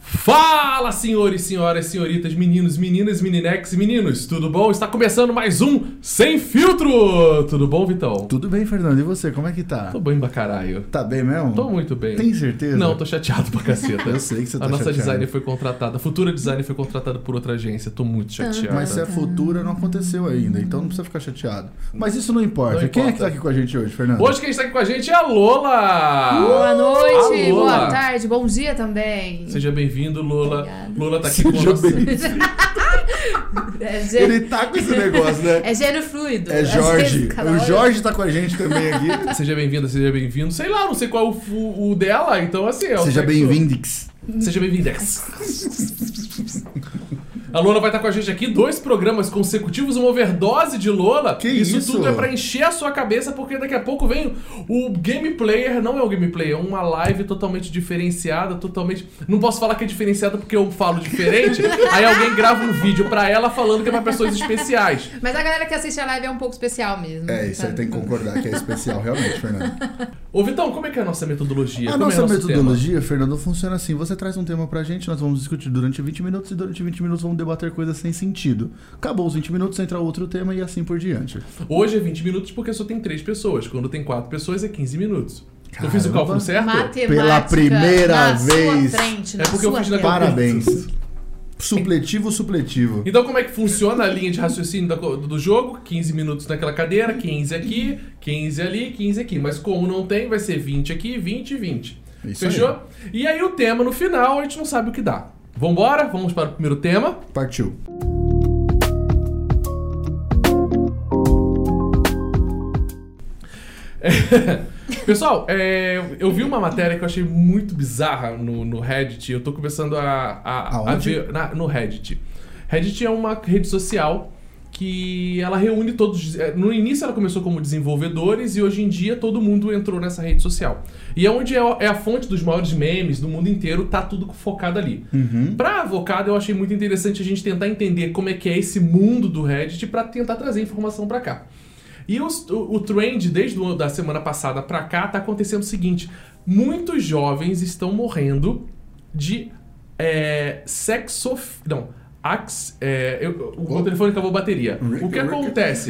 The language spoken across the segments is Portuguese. Fala, senhores, senhoras, senhoritas, meninos, meninas, meninex, meninos, tudo bom? Está começando mais um Sem Filtro! Tudo bom, Vitão? Tudo bem, Fernando. E você, como é que tá? Tô bem pra caralho. Tá bem mesmo? Tô muito bem. Tem certeza? Não, tô chateado pra caceta. Eu sei que você A tá nossa chateado. designer foi contratada, a futura designer foi contratada por outra agência. Tô muito Ah, chateado. Mas se é futura, não aconteceu ainda, então não precisa ficar chateado. Mas isso não importa. Não Quem é importa. que tá aqui com a gente hoje, Fernando? Hoje quem está aqui com a gente é a Lola! Boa noite, A Lola. boa tarde, bom dia também. Seja bem-vindo, Lola. Obrigada. Lola tá aqui com Seja nós. bem. É, gê- Ele tá com esse negócio, né? é gênero fluido. É Às Jorge. vezes, cara, O é. olha, Jorge tá com a gente também aqui. Seja bem-vinda, seja bem-vindo. Sei lá, não sei qual é o, fu- o dela, então assim... É o Seja sexo. bem-vindix. Seja bem-vinda. A Lola vai estar com a gente aqui, dois programas consecutivos, uma overdose de Lola. Que isso? tudo é pra encher a sua cabeça, porque daqui a pouco vem o gameplayer, não é o gameplayer, é uma live totalmente diferenciada, totalmente. Não posso falar que é diferenciada porque eu falo diferente. aí alguém grava um vídeo pra ela falando que é pra pessoas especiais. Mas a galera que assiste a live é um pouco especial mesmo. Tá. Tá É, isso aí tem que concordar que é especial, realmente, Fernando. Ô Vitão, como é que é a nossa metodologia? A Como é nossa o nosso metodologia, Fernando, funciona assim: você traz um tema pra gente, nós vamos discutir durante 20 minutos e durante 20 minutos vamos debater coisas sem sentido. Acabou os 20 minutos, entra outro tema e assim por diante. tema? Hoje é 20 minutos porque só tem três pessoas. Quando tem quatro pessoas é 15 minutos. Eu fiz o Caramba. cálculo certo? Matemática Pela primeira na vez. Sua frente, na É porque eu sua fiz na tela. Parabéns. Supletivo, supletivo. Então, como é que funciona a linha de raciocínio da co- do jogo? 15 minutos naquela cadeira, 15 aqui, 15 ali, 15 aqui. Mas como não tem, vai ser 20 aqui, 20 e 20. Isso Fechou? E aí o tema no final, a gente não sabe o que dá. Vambora, vamos para o primeiro tema. Partiu. Pessoal, é, eu vi uma matéria que eu achei muito bizarra no, no Reddit. Eu tô começando a, a, a Aonde? ver na- no Reddit. Reddit é uma rede social que ela reúne todos. eh, No início ela começou como desenvolvedores e hoje em dia todo mundo entrou nessa rede social. E é onde é, o- é a fonte dos maiores memes do mundo inteiro, tá tudo focado ali. Uhum. Pra Avocado eu achei muito interessante a gente tentar entender como é que é esse mundo do Reddit pra tentar trazer informação pra cá. E os- o, o trend desde o, da semana passada pra cá tá acontecendo o seguinte: muitos jovens estão morrendo de é, sexo. Não. Ax, é, eu- o meu telefone acabou a bateria. O que acontece?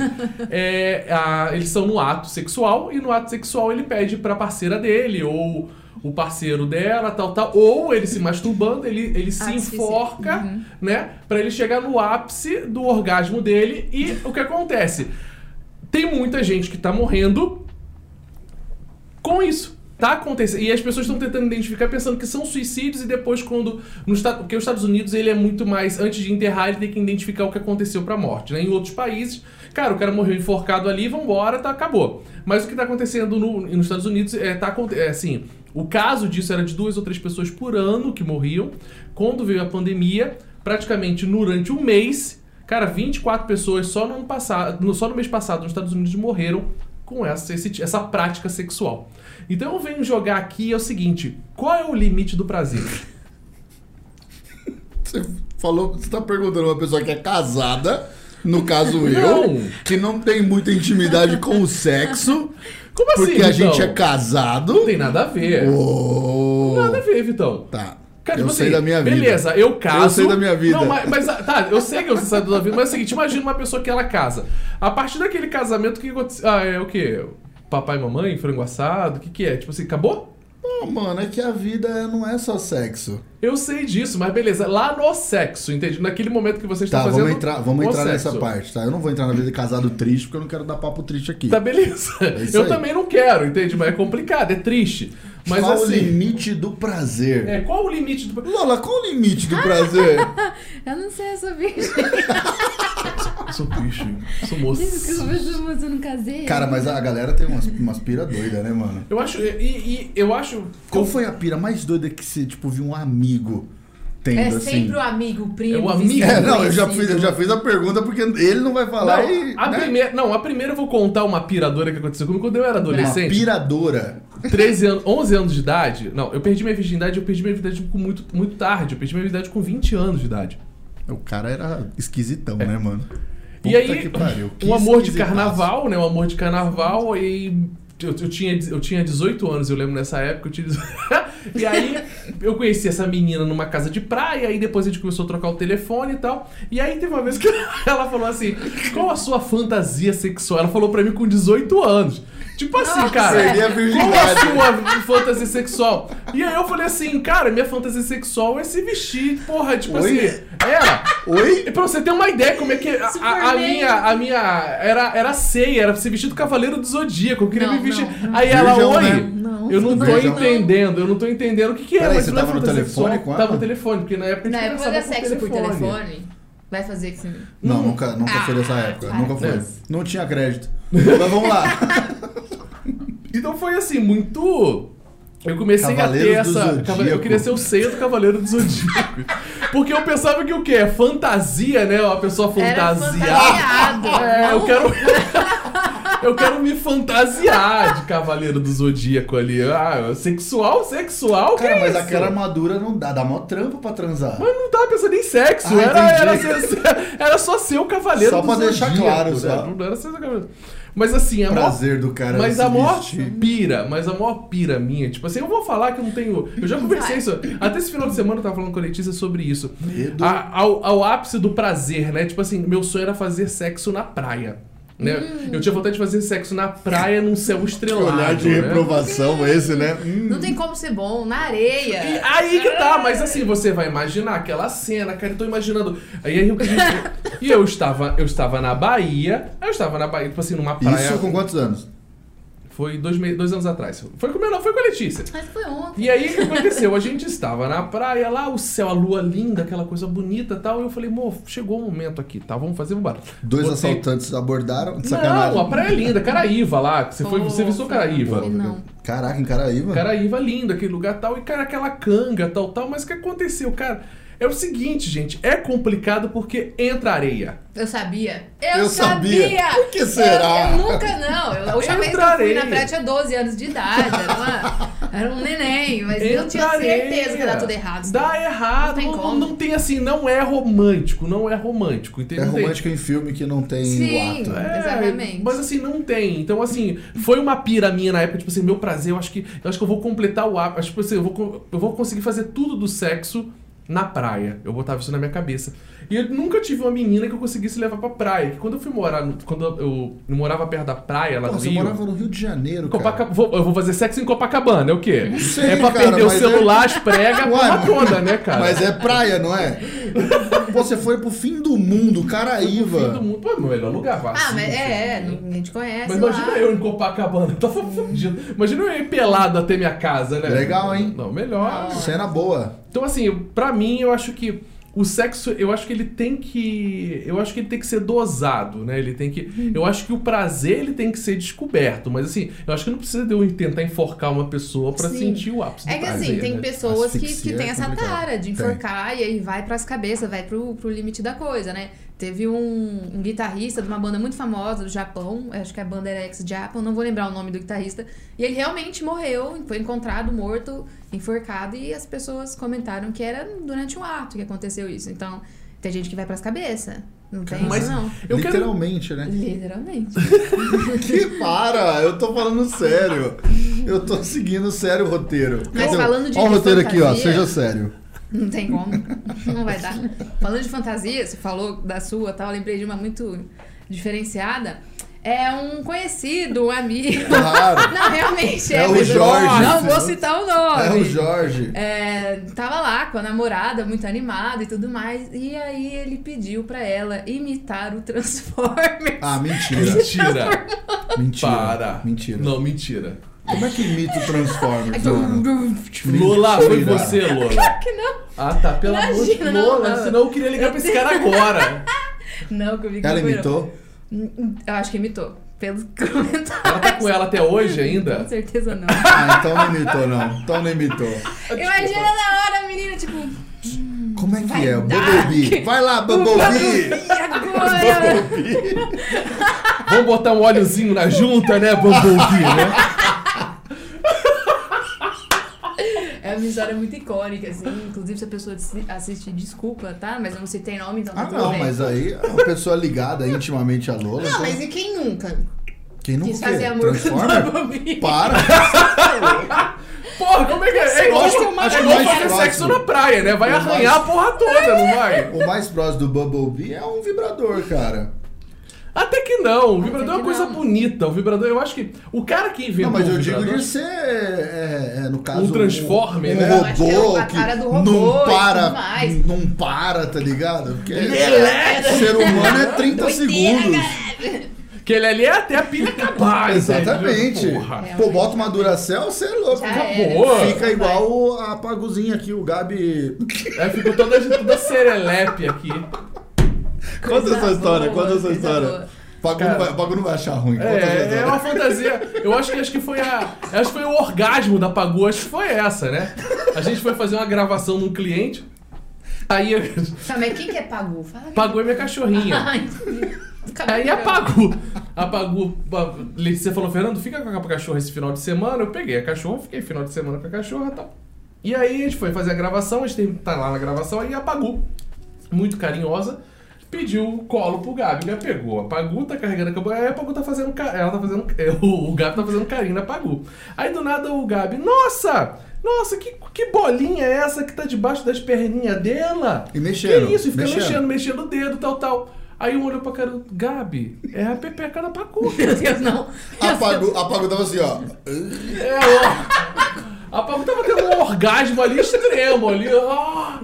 É, a- eles são no ato sexual e no ato sexual ele pede pra parceira dele ou o parceiro dela, tal, tal. Ou ele se masturbando, ele, ele se Ato suicida. enforca, né? Pra ele chegar no ápice do orgasmo dele. E o que acontece? tem muita gente que tá morrendo com isso. Tá acontecendo. E as pessoas estão tentando identificar pensando que são suicídios e depois quando no Esta- porque os Estados Unidos ele é muito mais antes de enterrar, ele tem que identificar o que aconteceu pra morte, né? Em outros países, cara, o cara morreu enforcado ali, vambora, tá acabou. Mas o que tá acontecendo no- nos Estados Unidos é tá aconte- é, assim, o caso disso era de duas ou três pessoas por ano que morriam. Quando veio a pandemia, praticamente durante um mês, cara, 24 pessoas só no ano passado, no- só no mês passado nos Estados Unidos morreram com essa, esse- essa prática sexual. Então eu venho jogar aqui é o seguinte: qual é o limite do prazer? Você falou, você tá perguntando uma pessoa que é casada, no caso eu, Não. que não tem muita intimidade com o sexo, Como assim? porque a Vitão? gente é casado. Não tem nada a ver. Ô, Nada a ver, Vitão. Tá. Cara, eu tipo sei assim, da minha vida. Beleza, eu caso. Eu sei da minha vida. Não, mas, mas, tá, eu sei que você sabe da sua vida, mas é o seguinte: imagina uma pessoa que ela casa. A partir daquele casamento, o que aconteceu? Ah, é o quê? Papai e mamãe, frango assado, o que, que é? Tipo assim, acabou? Não, mano, é que a vida não é só sexo. Eu sei disso, mas beleza, lá no sexo, entende? Naquele momento que vocês Tá, estão fazendo. vamos entrar, vamos o entrar nessa sexo. parte, tá? Eu não vou entrar na vida de casado triste, porque eu não quero dar papo triste aqui. Tá beleza. É isso eu aí. também não quero, entende? Mas é complicado, é triste. Mas qual o assim. limite do prazer? É, qual o limite do. Lola, qual o limite do prazer? Eu não sei essa bicha. Eu Ah, sou bicho, eu sou moço. Desculpa, eu sou- mas eu não casei. Cara, mas a galera tem umas, umas pira doida, né, mano? Eu acho. E, e- eu acho. Qual foi a pira mais doida que você, tipo, viu um amigo tendo, É assim? sempre o amigo, o É primo. o vizinho, amigo. É, não, eu já, conhecido. fiz, eu já fiz a pergunta porque ele não vai falar Não, e... a né? primeira, não, a primeira eu vou contar uma piradora que aconteceu comigo quando eu era Uma adolescente. piradora. 13 anos, 11 anos de idade. Não, eu perdi minha virgindade, eu perdi minha virgindade com muito, muito tarde. Eu perdi minha virgindade com 20 anos de idade. O cara era esquisitão, né, mano? É. e Puta aí, que pariu, que um amor de esquisitaço. carnaval, né? Um amor de carnaval e eu, eu tinha, eu tinha 18 anos, eu lembro nessa época, eu tinha, 18 E aí eu conheci essa menina numa casa de praia, e depois a gente começou a trocar o telefone e tal. E aí teve uma vez que ela falou assim: qual a sua fantasia sexual? Ela falou pra mim com 18 anos. Tipo assim, Nossa. cara. Qual Seria a a virgindade. sua fantasia sexual? E aí eu falei assim, cara, minha fantasia sexual é se vestir, porra, tipo Oi? assim. Era. Oi? E pra você ter uma ideia como é que a, a- a Superman. minha, a minha era, era ceia, era se vestir do Cavaleiro do Zodíaco, eu queria Não, me vestir. não, não. Aí ela, Virgão, oi, né? Não. é eu não tô Virgão. entendendo, eu não tô entendendo o que que é. Peraí, mas você não é tava no fantasia telefone sexual. com ela? Tava no telefone, porque na época a Na gente época conversava era por sexo por telefone. Vai fazer que você. Não, nunca, nunca foi dessa Ah, época. para Nunca com foi. isso. Não tinha crédito. Mas vamos lá. Então foi assim, muito. Eu comecei a ter Cavaleiros do essa. Zodíaco. Cavale- Eu queria ser o seio do Cavaleiro do Zodíaco. Porque eu pensava que o quê? É fantasia, né? Uma pessoa Era fantasiada. fantasiado. É, eu Não, quero. eu quero me fantasiar de Cavaleiro do Zodíaco ali. Ah, sexual, sexual, que Cara, é mas isso? aquela armadura não dá, dá mó trampo pra transar. Mas não tava pensando em sexo, Ah, era, era, entendi. ser- era só ser o Cavaleiro Só do pra Zodíaco. deixar claro, né? só. Não era ser o Cavaleiro. Mas assim, a maior Prazer do cara. é Mas se a maior vestir. pira, mas a maior pira minha, tipo assim, eu vou falar que eu não tenho. Eu já conversei isso. Até esse final de semana eu tava falando com a Letícia sobre isso. Medo. A- ao, ao ápice do prazer, né? Tipo assim, meu sonho era fazer sexo na praia. Né? Eu tinha vontade de fazer sexo na praia num céu estrelado. Olhar de né? reprovação esse, né? Hum. não tem como ser bom. Na E areia. aí que tá, mas assim, você vai imaginar aquela cena, cara, eu tô imaginando. Aí, é aí o que a gente- E eu estava, eu estava na Bahia, eu estava na Bahia, tipo assim, numa praia. Hum. Isso com quantos anos? Foi dois, me- dois anos atrás. Foi com, não, foi com a Letícia. Mas foi ontem. E aí o que aconteceu? A gente estava na praia lá, o céu, a lua linda, aquela coisa bonita e tal. E eu falei, mo, chegou o momento aqui, tá? Vamos fazer, vambora. Dois Botei- assaltantes abordaram. Sacanagem. Não, a praia é linda, Caraíva lá. que Você, foi, você visitou Fofa. Caraíva. Foi Não. Caraca, em Caraíva? Caraíva linda, aquele lugar tal, e cara, aquela canga, tal, tal. Mas o que aconteceu, cara? É o seguinte, gente, é complicado porque entra areia. Eu sabia. Eu, Eu sabia. Por que será? Eu, eu nunca, não. Eu, a última vez que eu fui Entrarei. na praia eu tinha 12 anos de idade. Era, uma- era um neném. Mas eu tinha Entra certeza que areia. dá tudo errado. Dá errado. Não tem Não não tem, como. assim, não é romântico, não é romântico, entendeu? É Não tem- romântico em filme que não tem Sim. o ato. É, Exatamente. Mas assim, não tem. Então, assim, foi uma pira minha na época, tipo assim, meu prazer, eu acho que eu acho que eu vou completar o ápice. Tipo assim, eu vou, co- eu vou conseguir fazer tudo do sexo na praia. Eu botava isso na minha cabeça. E eu nunca tive uma menina que eu conseguisse levar pra praia. Que quando eu fui morar, no- quando eu, eu morava perto da praia, lá Pô, no você Rio. morava no Rio de Janeiro, cara. Copaca- vou- eu vou fazer sexo em Copacabana, é o quê? sei, é pra cara, perder o mas é- celular, as pregas, a porra Uai, toda, né, cara? Mas é praia, não é? Pô, você foi pro fim do mundo, Fim do Caraíva. mundo. Pô, meu melhor lugar, vá. Ah, assim, mas assim. é, é, ninguém te conhece. Mas lá. imagina eu em Copacabana, eu tava fudido. Imagina eu ir pelado até minha casa, né? Legal, hein? Não, melhor. Não. Cena boa. Então, assim, pra mim, eu acho que o sexo, eu acho que ele tem que. Eu acho que ele tem que ser dosado, né? Ele tem Uhum. que. Eu acho que o prazer, ele tem que ser descoberto. Mas, assim, eu acho que não precisa de eu tentar enforcar uma pessoa pra Sim. sentir o ápice do É que prazer, assim, tem né? pessoas que, Asfixia que têm é essa complicado. tara de Tem. enforcar e aí vai pras cabeças, vai pro, pro limite da coisa, né? Teve um, um guitarrista de uma banda muito famosa do Japão, acho que é a banda era Ex Japan, não vou lembrar o nome do guitarrista, e ele realmente morreu, foi encontrado morto, enforcado, e as pessoas comentaram que era durante um ato que aconteceu isso. Então, tem gente que vai pras cabeças. Não tem Mas- isso, não. Eu quero- Literalmente, né? Literalmente. Que para, eu tô falando sério. Eu tô seguindo sério o roteiro. Mas falando de- Ó o de roteiro aqui, ó, fantasia- seja sério. Não tem como. Não vai dar. Falando de fantasia, você falou da sua tal, eu lembrei de uma muito diferenciada. É um conhecido, um amigo. Claro. Não, realmente. É o mas eu Jorge. Não vou citar o nome. É o Jorge. É, tava lá com a namorada, muito animada e tudo mais. E aí ele pediu pra ela imitar o Transformers. Ah, mentira. Mentira! Mentira. Para! Mentira. Não, mentira. Como é que imita o Transformers, Aqui, mano? Lola, foi Mentira. você, Lola. que não. Ah, tá, pelo amor de Imagina, não, Lola, não. senão eu queria ligar pra esse cara agora. Não, comigo Ela não foi, não. imitou? Eu acho que imitou. Pelos comentários. Ela tá com ela até hoje ainda? Com certeza não. Ah, então não imitou, não. Então não imitou. Imagina na hora a menina, tipo, Como é que Vai é? dar. Bubblebee. Vai lá, Bubblebee. e agora? Vamos botar um óleozinho na junta, né, Bambubi, né? É uma história muito icônica, assim. Inclusive, se a pessoa assi- assistir, desculpa, tá? Mas eu não citei nome, então tá Ah, tudo não, bem. mas aí é uma pessoa ligada intimamente a Lola. Não, então- mas e quem nunca Quem nunca quis o quê? fazer amor com o Transformer? Bumblebee? Para! Porra, como é que é? É igual, Acho que- é acho que igual mais fazer próximo. sexo na praia, né? Vai Mais- arranhar a porra toda, É. não vai? O mais próximo do Bumblebee é um vibrador, cara. Até que não. O vibrador é uma que coisa não. bonita. O vibrador, eu acho que. O cara que inventou. Não, mas eu o digo vibrador- de ser, é, é, no caso... Um transformer, um, né? um Eu acho que é robô a que cara do não robô e para, tudo mais. um não para, tá ligado? Porque Ele ser humano é 30 Doideira, segundos. Que ele ali é até a pilha acabar, Exatamente. entendeu? é É Porra. Pô, bota uma Duracell, você é louco. um Já acabou. era. Fica igual a paguzinha aqui, o Gabi... Aí ficou É, toda, toda serelepe aqui. Coisa Conta essa história, boa, conta essa coisa história. boa. Pagu não, Cara. vai, Pagu não vai achar ruim. Conta essa É, história. é uma fantasia. Eu acho que acho que foi a. Acho que foi o orgasmo da Pagu, acho que foi essa, né? A gente foi fazer uma gravação num cliente. Aí eu- Tá, mas quem que é Pagu? Fala. Pagu é minha cachorrinha. Ai, acabou Aí é o programa. apagou. Apagou. Letícia falou, Fernando, fica com a cachorra esse final de semana. Eu peguei a cachorra, fiquei final de semana com a cachorra e tal. E aí a gente foi fazer a gravação, a gente tem- tá lá na gravação, aí apagou. Muito carinhosa. Pediu o colo pro Gabi. O Gabi pegou. A Pagu tá carregando a cabo. Aí a Pagu tá fazendo. ca- Ela tá fazendo. é, O o Gabi tá fazendo carinho na Pagu. Aí do nada o Gabi. Nossa! Nossa, que, que bolinha é essa que tá debaixo das perninhas dela? E mexendo, Que isso? E fica mexendo. mexendo mexendo o dedo, tal, tal. Aí um olhou pra cara do Gabi, é a pepeca da Pacu. Meu Deus, não. A Pagu, a Pagu tava assim, ó. É, ó. A Pacu tava tendo um orgasmo ali extremo ali. ó.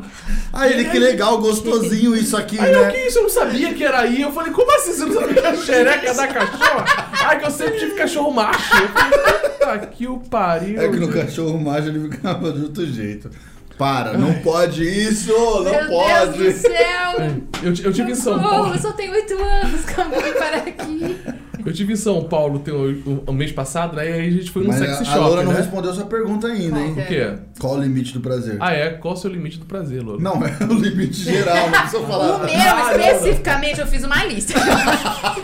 Ah, ele que legal, gostosinho isso aqui, Aí eu, que né? isso? Eu não sabia que era aí. Eu falei, como assim? Você não sabia que a xereca é da cachorra? Ai, que eu sempre tive cachorro macho. Eu falei, puta que o pariu. É que no cachorro macho ele ficava de outro jeito. Para, não pode isso, não Meu pode. Deus do céu. Eu, ti- eu É, tive em São Socorro, Paulo. eu só tenho oito anos, acabou de parar aqui. Eu tive em São Paulo tem, o, o mês passado, né? E aí a gente foi num Mas é sex a, a shop. Laura não né? respondeu sua pergunta ainda, hein? é? O quê? Qual o limite do prazer? Ah, é? Qual o seu limite do prazer, Lola? Não, é o limite geral, não precisa falar. O meu, especificamente, eu fiz uma lista.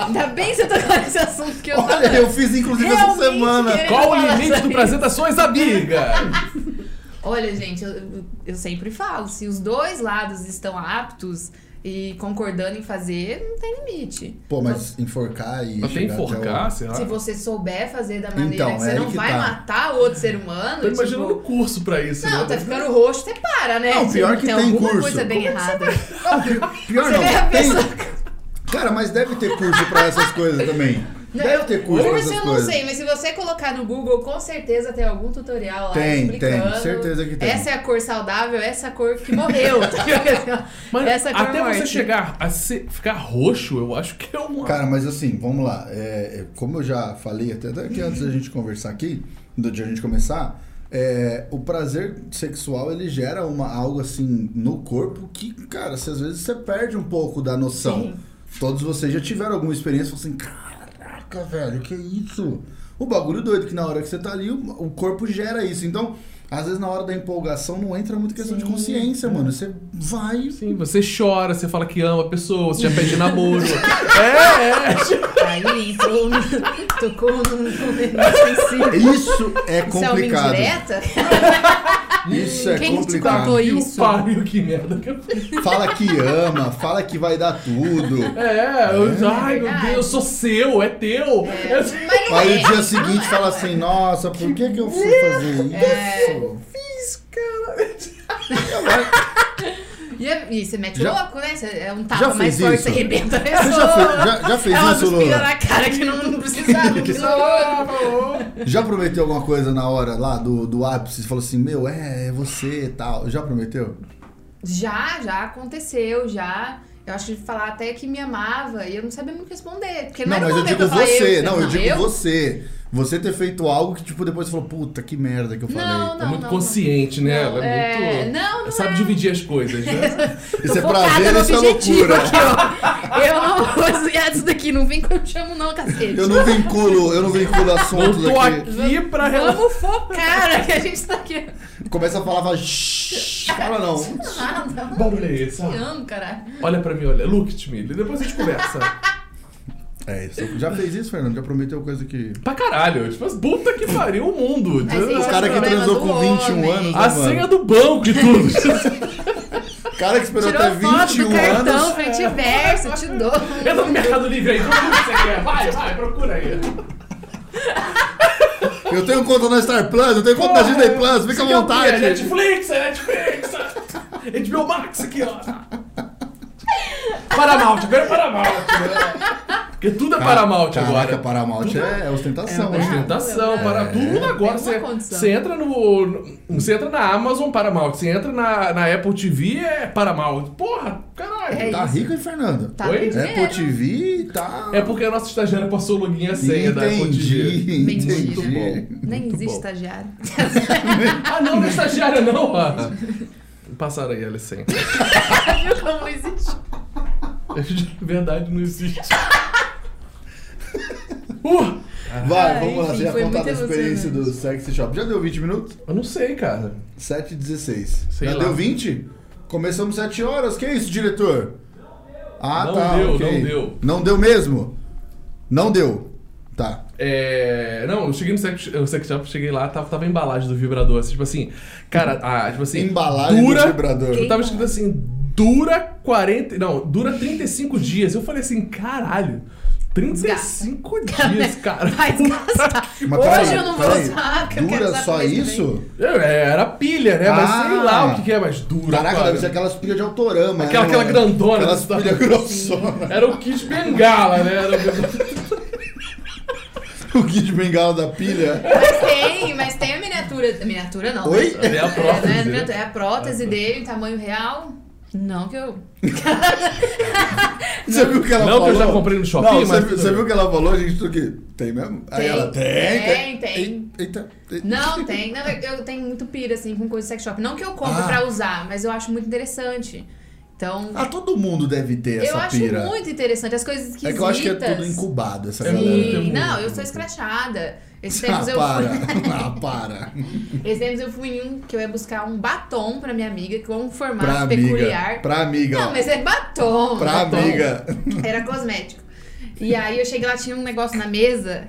Ainda bem que você tocou nesse assunto que eu tava. Olha, eu fiz inclusive essa Realmente semana. querendo Qual o falar limite sobre do prazer das suas amigas? Olha, gente, eu, eu sempre falo, se os dois lados estão aptos e concordando em fazer, não tem limite. Pô, mas enforcar e. Até chegar até o- enforcar, sei lá. Se você souber fazer da maneira Ah. Então, que você é aí não que vai tá. matar outro ser humano, Tô tipo, imaginando um curso pra isso, não, né? tá ficando roxo, você para, né? Não, pior que tem tem alguma curso. coisa bem Como errada. Ah, pi- pior Você não. vê a Tem... pessoa- Cara, mas deve ter curso pra essas coisas também. Deve ter curso pra Curso essas eu não coisas. sei, mas se você colocar no Google, com certeza tem algum tutorial lá Tem, explicando. tem, certeza que tem. Essa é a cor saudável, essa é a cor que morreu. Mas essa é a cor até você morte. chegar a se- ficar roxo, eu acho que é uma. Cara, mas assim, vamos lá. É, é, como eu já falei até daqui antes da gente conversar aqui, do dia a gente começar, é, o prazer sexual ele gera uma, algo assim no corpo que, cara, você, às vezes você perde um pouco da noção. Sim. Todos vocês já tiveram alguma experiência falam assim, caraca, velho, que isso? O bagulho doido que na hora que você tá ali, o, o corpo gera isso. Então, às vezes na hora da empolgação não entra muito questão de consciência, mano. Você vai e Sim, assim, você chora, você fala que ama a pessoa, você já pede namoro. é, é. Aí entrou, no- tocou num momento sensível. Isso é um Isso é uma complicado. indireta? Isso é Quem que te complicado. contou Que o Isso. pariu, que merda que eu fiz. Fala que ama, fala que vai dar tudo. É, eu, ai meu verdade. Deus, eu sou seu, é teu. É- Mas não Aí é. o dia seguinte fala assim, nossa, por que, que eu fui fazer isso? E, é- e você mete Já- o louco, né? Você- É um Já tapa mais fez forte, isso? você arrebenta a Você pessoa. já fez, já, já fez Ela isso, cuspida Lola? na cara que não, não precisava, não precisava. Ah, falou. Já prometeu alguma coisa na hora lá do, do ápice? Você falou assim, meu, é, é você e tal. Já prometeu? Já, já aconteceu, já. Eu acho que falar até que me amava e eu não sabia muito responder. Porque não, Não, era o mas eu momento digo falar você. eu, não, eu digo eu? você. Você ter feito algo que, tipo, depois você falou, puta, que merda que eu falei. Não, É não, muito não, consciente, né? Não, Ela é é, muito. não, não sabe é. dividir as coisas, né? Isso é focada prazer, no isso é objetivo loucura. aqui, ó. Eu não vou desviar disso daqui, não vem que eu chamo não, cacete. Eu não vinculo, eu não vinculo Eu assuntos tô aqui. aqui pra relacionar. Vamos focar que a gente tá aqui. Começa a falar, fala, shh, fala não. Ah, não, não. Barulho é esse? Te Ah, amo, caralho. Olha pra mim, olha. Look at me. Depois a gente conversa. É isso. Já fez isso, Fernando? Já prometeu coisa que. Pra caralho. Tipo, puta que pariu o mundo. Mas tem Os cara que problema transou do com 21 homem. anos, né, A mano? senha do banco e tudo. O cara que esperou Tirou até foto 21 do cartão, anos. frente e verso, eu te dou. Entra no Mercado Livre aí, tudo que você quer. Vai, vai, procura aí. Eu tenho conta na Star Plus, eu tenho conta na Disney Plus, fica Isso aqui à É o quê? É vontade. Netflix, é Netflix. É HBO Max aqui, ó. Paramount, agora é Paramount. né? Porque tudo é Paramount Caraca, agora. Paramount é, é ostentação. É hein? ostentação. Tentação, para tudo agora. Tem Você, uma condição. você entra no, no- Você entra na Amazon Paramount, você entra na, na Apple TV é Paramount. Porra, caralho. É Tá isso. rico, hein, Fernando? É Tá Oi? com dinheiro. Apple TV tá. É né? porque a nossa estagiária passou o login e a senha da Apple TV. Entendi, Mentira. entendi. Nem Muito existe bom. estagiário. Ah, não, não é estagiária, não. ah. Passaram aí a senha. É Viu como não existe? Verdade, não existe. Uh! Vai, Ah, vamos lá, enfim, você já foi contar da muito experiência do emocionante. Sexy Shop. Já deu 20 minutos? Eu não sei, cara. 7 e 16. Sei já lá. deu 20? Começamos 7 horas. Que isso, diretor? Ah, Não tá. deu, ok. não deu. Não deu mesmo? Não deu. Tá. É. Não, eu cheguei no sex, no sex shop, cheguei lá, tava, tava a embalagem do vibrador, assim, tipo assim. Cara, ah, tipo assim. Embalagem dura, do vibrador. Tipo, tava escrito assim, dura 40. Não, dura 35 dias. Eu falei assim, caralho. 35 dias, cara. Vai desgastar. Mas Hoje peraí, eu não vou peraí. usar, que eu quero Dura usar só pro mês que isso? Eu- é, Era pilha, né? Mas Ah. sei lá o que, que é, mas dura. Caraca, cara. deve ser aquelas pilhas de autorama. Aquela- né, aquela mano? grandona, Aquelas sabe? pilhas grossonas. Era o kit bengala, né? Era o... o kit de bengala da pilha. Mas tem, mas tem a miniatura. Miniatura não. Oi? É a É, prótese. né, né? miniatura- é a Ah, prótese tá. dele, tamanho real. Não que eu. Você viu o que ela Não falou? que eu já comprei no shopping, Não, você, mas viu- tudo você bem. viu o que ela falou? A gente tudo que tem mesmo? Aí Tem. ela tem. Tem, tem. Eita. eita. Não tem. Não, eu tenho muito pira, assim, com coisa de sex shop. Não que eu compro Ah. pra usar, mas eu acho muito interessante. Então. Ah, todo mundo deve ter essa eu acho pira. muito interessante. As coisas esquisitas. É que eu acho que é tudo incubado, essa É galera. muito, é Sim, muito. não, eu sou escrachada. Esses Ah, tempos eu para. fui. Ah, para. Esses tempos eu fui em um que eu ia buscar um batom pra minha amiga, com um formato Pra amiga. peculiar. Pra amiga. Não, mas é batom. Pra batom. amiga. Era cosmético. E aí eu cheguei lá, tinha um negócio na mesa.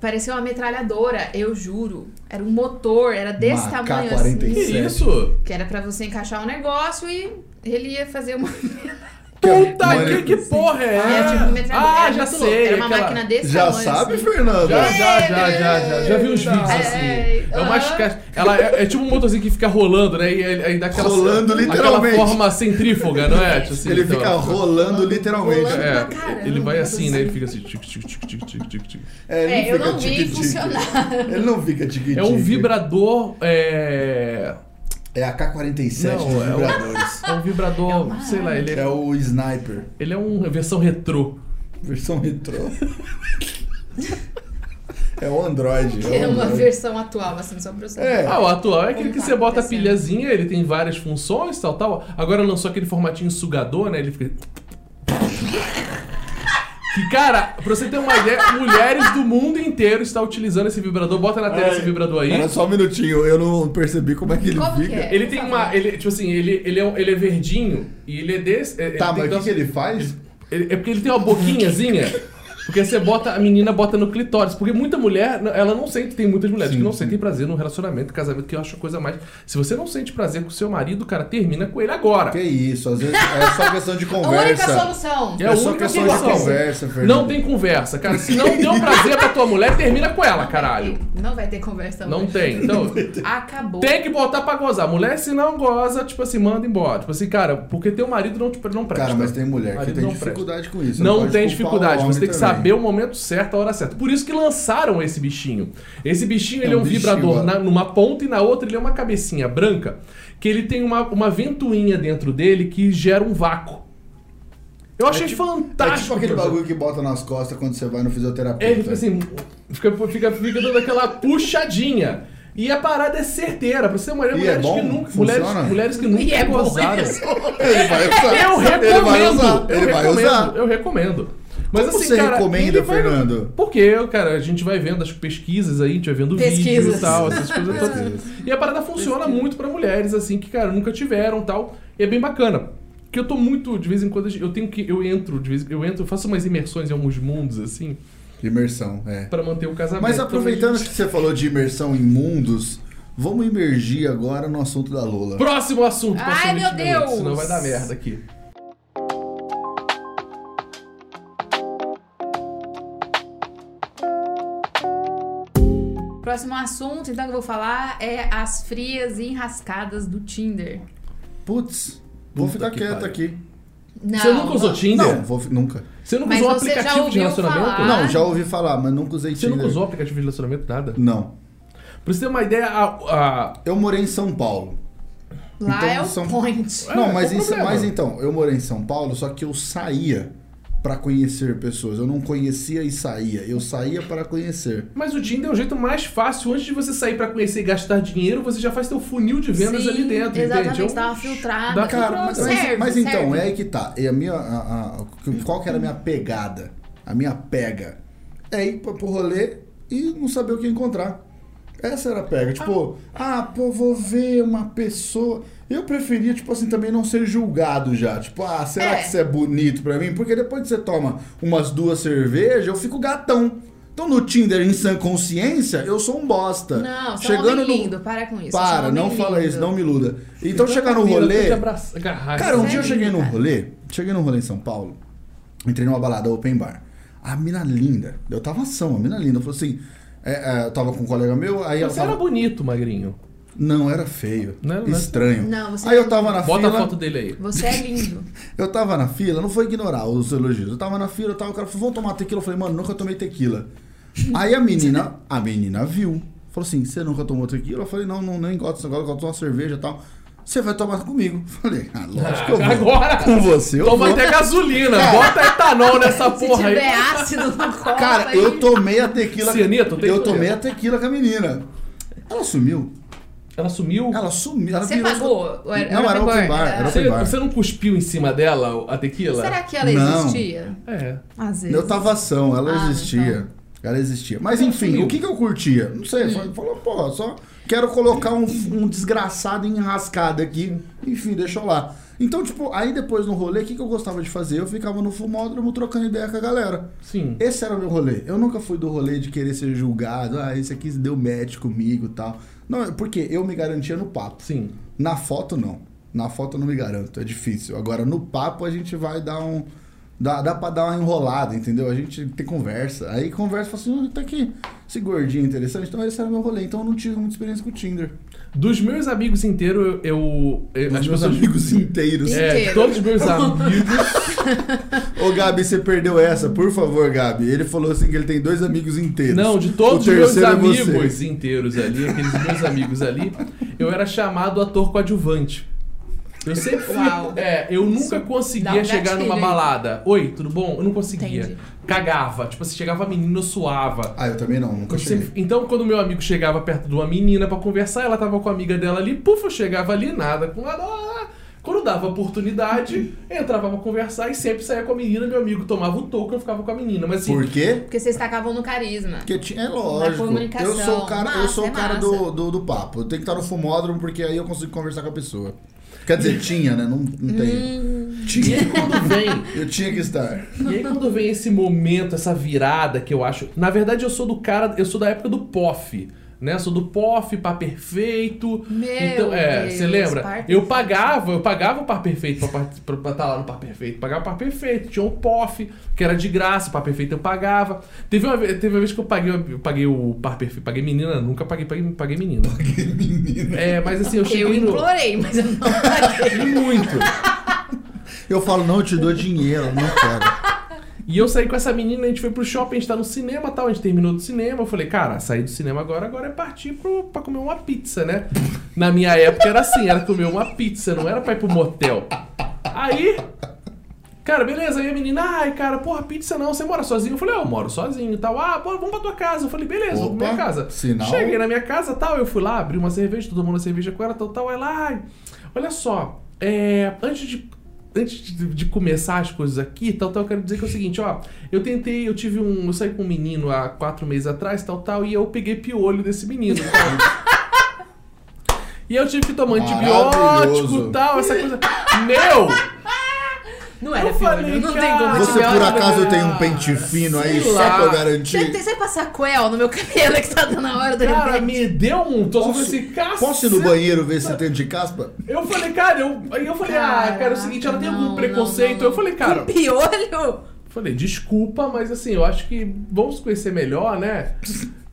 Parecia uma metralhadora, eu juro. Era um motor, era desse Uma tamanho Que K-45. assim. Sério? isso? Que era pra você encaixar um negócio e ele ia fazer uma. Puta Mano, que, que porra é Era tipo uma essa? metralhadora. Ah, era já muito louco. sei. Era uma aquela- máquina desse Já tamanho. sabe, assim. Fernanda? Já, já, já, já, já. Já vi uns vídeos É, assim. é, É uma aham. esca- Ela é, é tipo um motorzinho que fica rolando, né? E aí, aí dá aquela. Rolando Aquela literalmente. forma centrífuga, não é? Tipo assim, Ele então, fica rolando literalmente. rolando. É, pra Ah, caramba, ele vai eu tô assim, né? Ele fica assim. Tic, tic, tic, tic, tic, tic, tic. É, ele É, eu não vi tique-tique. funcionar. Ele não fica tique-tique. É um vibrador. É. É a K-47 Não, dos é o- vibradores. É um vibrador, sei lá, ele É é, o Sniper. ele é uma versão retrô. Versão retrô. é o Android. É o uma Android. versão atual, assim, só pra você. É. Ah, o atual é aquele Como que tá você bota a acontecendo. pilhazinha, ele tem várias funções, tal, tal. Agora lançou aquele formatinho sugador, né? Ele fica. Que, cara, pra você ter uma ideia, mulheres do mundo inteiro estão utilizando esse vibrador. Bota na tela Ai. esse vibrador aí. É. Era só um minutinho, eu não percebi como é que ele Como que fica. é? Ele tem Por uma. favor. Ele, tipo assim, ele, ele, é, um- ele é verdinho e ele é desse. é- Tá, ele mas tem o que, tanto- que ele faz? Ele- é porque ele tem uma boquinhazinha. Porque você bota, a menina bota no clitóris. Porque muita mulher, n- ela não sente, tem muitas mulheres que não sentem prazer no relacionamento, casamento, que eu acho a coisa mais. Se você não sente prazer com seu marido, cara, termina com ele agora. Que isso, às vezes é só questão de A única conversa. solução. É É a só única questão de solução. conversa, Fernando. Não tem conversa, cara. Se não deu prazer pra tua mulher, termina com ela, caralho. Não vai ter conversa Não hoje. tem. Então, Acabou. tem que botar pra gozar. Mulher, se não goza, tipo assim, manda embora. Tipo assim, cara, porque teu marido não, te não presta. Cara, mas tem mulher que Marido tem não presta. dificuldade com isso. Não pode tem culpar o dificuldade, homem você tem que também. É tipo saber o momento certo, a hora certa. Por isso que lançaram esse bichinho. Esse bichinho, ele é um um bichinho, vibrador ó. na- numa ponta e na outra ele é uma cabecinha branca, que ele tem uma, uma ventoinha dentro dele que gera um vácuo. Eu achei É fantástico. tipo aquele cara. bagulho que bota nas costas quando você vai no fisioterapeuta. É, ele fica assim, fica, fica, fica dando aquela puxadinha. E a parada é certeira, pra você ter uma ideia, E é mulheres, bom? que nunca, Funciona? mulheres, mulheres que E nunca é bom gozaram. isso. Ele vai usar. Eu recomendo. eu Ele vai usar. Ele vai recomendo, usar. Eu recomendo. Mas Como assim, você cara, recomenda, ele vai- Fernando? Porque, cara, a gente vai vendo as pesquisas aí, a gente vai vendo vídeo e Pesquisas. tal, essas coisas Pesquisas. todas. E a parada funciona muito pra mulheres, assim, que, cara, nunca tiveram e tal. E é bem bacana. Porque eu tô muito, de vez em quando, eu tenho que. Eu entro, de vez eu entro, eu faço umas imersões em alguns mundos, assim, Imersão, é. pra manter o casamento. Mas Então, aproveitando gente- que você falou de imersão em mundos, vamos imergir agora no assunto da Lola. Próximo assunto, Ai, passou 20 meu minutos, Deus. Senão vai dar merda aqui. Próximo assunto, então, que eu vou falar é as frias e enrascadas do Tinder. Putz, vou Puta ficar que quieto pariu. aqui. Não, Você nunca usou Tinder? Não, vou, fi- nunca. Você nunca Mas usou um você já aplicativo de ouviu relacionamento? falar? Não. Não, já ouvi falar, mas nunca usei Você Tinder. nunca usou aplicativo de relacionamento, nada? Não. Pra você ter uma ideia, a, a- Eu morei em São Paulo. Lá Então, é o são- point. É, não, mas, qual o em- problema? mas então, eu morei em São Paulo, só que eu saía pra conhecer pessoas. Eu não conhecia e saía. Eu saía para conhecer. Mas o Tinder é o jeito mais fácil. Antes de você sair pra conhecer e gastar dinheiro, você já faz teu funil de vendas Sim, ali dentro, exatamente, entende? É um- dá uma filtrada. Dá- Cara, mas, mas- Serve, mas serve. então, é aí que tá. E a minha, a- a- qual que era a minha pegada? A minha pega. É ir pra- pro rolê e não saber o que encontrar. Essa era a pega. Tipo, ah, pô, vou ver uma pessoa. Eu preferia, tipo assim, também não ser julgado já. Tipo, ah, será É. que isso é bonito pra mim? Porque depois que você toma umas duas cervejas, eu fico gatão. Então no Tinder, em sã consciência, eu sou um bosta. Não, você é um Chegando homem no. lindo, para com isso. você é Para, um homem não fala lindo. isso, não me iluda. Então chegar no Eu tô rolê. de abraçar- agarrar Cara, um isso. dia eu Sério, cheguei num cara? rolê, cheguei num rolê em São Paulo, entrei numa balada open bar. A mina linda, eu tava ação, a mina linda, falou assim, é, é, eu tava com um colega meu, aí ela Você era tava... bonito, magrinho. Não, era feio, Não era, né? estranho. Não, você aí eu era- tava na Bota fila, a foto dele aí. Você é lindo. eu tava na fila, não foi ignorar os elogios, eu tava na fila, tava, o cara falou, vamos tomar tequila? Eu falei, mano, nunca tomei tequila. aí a menina, a menina viu, falou assim, você nunca tomou tequila? Eu falei, não, não, nem gosto, agora eu gosto de uma cerveja e tal. Você vai tomar comigo? Eu Falei, ah, lógico que eu vou. Agora! Com você eu Toma vou. É. até gasolina, bota etanol nessa Se porra tiver aí. ácido no copo Cara, aí- eu tomei a tequila. Cianeto, tem eu que tomei olhar. a tequila com a menina. Ela sumiu. Ela sumiu. Ela sumiu. Ela Você virou- pagou? Ou era- não, era era open open bar? bar. Era Você, open bar. você não cuspiu em cima dela a tequila? Será que ela Não. existia? É. Às vezes. Eu tava ação, ela Ah, existia. Ela existia. Mas Ela enfim, sumiu. o que, que eu curtia? Não sei. Hum. Falou, falou, pô, só quero colocar um, um desgraçado enrascado aqui. Enfim, deixa eu lá. Então, tipo, aí depois no rolê, o que, que eu gostava de fazer? Eu ficava no fumódromo trocando ideia com a galera. Sim. Esse era o meu rolê. Eu nunca fui do rolê de querer ser julgado. Ah, esse aqui deu match comigo e tal. Não, porque eu me garantia no papo. Sim. Na foto, não. Na foto eu não me garanto, é difícil. Agora, no papo, a gente vai dar um. Dá, dá pra dar uma enrolada, entendeu? A gente tem conversa. Aí conversa e fala assim: "Ah, tá aqui, esse gordinho interessante. Então, esse era o meu rolê. Então, eu não tive muita experiência com o Tinder. Dos meus amigos inteiros, eu. eu- Os as meus pessoas. amigos inteiros. Sim. É, Inteiro. todos os meus amigos. Ô, Gabi, você perdeu essa, por favor, Gabi. Ele falou assim: que ele tem dois amigos inteiros. Não, de todos O os meus terceiro é você. amigos inteiros ali, aqueles meus amigos ali, eu era chamado ator coadjuvante. Eu sempre fui. Uau. É, eu nunca dá um conseguia chegar gatilho, numa hein? balada. Oi, tudo bom? Eu não conseguia. Entendi. Cagava. Tipo assim, chegava a menina, eu suava. Ah, eu também não, nunca Eu cheguei. sempre- Então, quando meu amigo chegava perto de uma menina pra conversar, ela tava com a amiga dela ali, puf, eu chegava ali, nada com nada. ah, Quando dava oportunidade, entrava pra conversar e sempre saía com a menina, meu amigo tomava o toco, eu ficava com a menina. Mas assim, Por quê? Porque vocês tacavam no carisma. Porque tinha, é lógico. comunicação. Eu sou o cara, eu Massa, sou é o cara massa. do, do, do papo. Eu tenho que estar no fumódromo porque aí eu consigo conversar com a pessoa. Quer dizer, tinha, né? Não, não tem. Hum. e aí Tinha. quando vem, Eu tinha que estar. E aí quando vem esse momento, essa virada que eu acho. Na verdade, eu sou do cara. Eu sou da época do POF. Né? Eu Sou do POF, Par Perfeito. Meu então, é, Deus, você lembra? Par Eu pagava, eu pagava o Par Perfeito pra part- pra estar lá no Par Perfeito. Pagava o Par Perfeito, tinha um POF, que era de graça, o Par Perfeito eu pagava. Teve uma, ve- teve uma vez que eu paguei, eu paguei o Par Perfeito, paguei menina, nunca paguei, paguei, paguei menina. Paguei menina. É, mas assim, eu Eu cheguei no. implorei, mas eu não paguei. Muito. Eu falo, não, eu te dou dinheiro, eu não quero. E eu saí com essa menina, a gente foi pro shopping, a gente tá no cinema e tal, a gente terminou do cinema. Eu falei, cara, saí do cinema agora, agora é partir pro, pra comer uma pizza, né? Na minha época era assim, era comer uma pizza, não era pra ir pro motel. Aí, cara, beleza, aí a menina, ai, cara, porra, pizza não, você mora sozinho? Eu falei, ah, eu moro sozinho e tal. Ah, bora, vamos pra tua casa. Eu falei, beleza, vamos pra minha Opa, casa. sinal. Cheguei na minha casa tal, eu fui lá, abri uma cerveja, tô tomando cerveja com ela, tal, tal. Ela, ai, olha só, é, antes de. Antes de, de começar as coisas aqui, tal, tal, eu quero dizer que é o seguinte, ó. Eu tentei, eu tive um. Eu saí com um menino há quatro meses atrás, tal, tal, e eu peguei piolho desse menino. tal. e eu tive que tomar antibiótico Maravilhoso. tal, essa coisa. Meu! Não era Eu piolho, falei, não cara. tem como Você, tirar. por acaso, tem ah, um pente fino aí Sei só lá. pra eu Você, garantir? você passa quel no meu cabelo que tá dando na hora do Cara, repente? me deu um. Tô com Posso, esse cacete. posso ir no banheiro ver se tem de caspa? Eu falei, cara, eu. Aí eu falei, ah, cara, é o seguinte, ela tem algum Caraca, preconceito. não, não. Eu falei, cara. Com piolho? Falei, desculpa, mas assim, eu acho que vamos se conhecer melhor, né?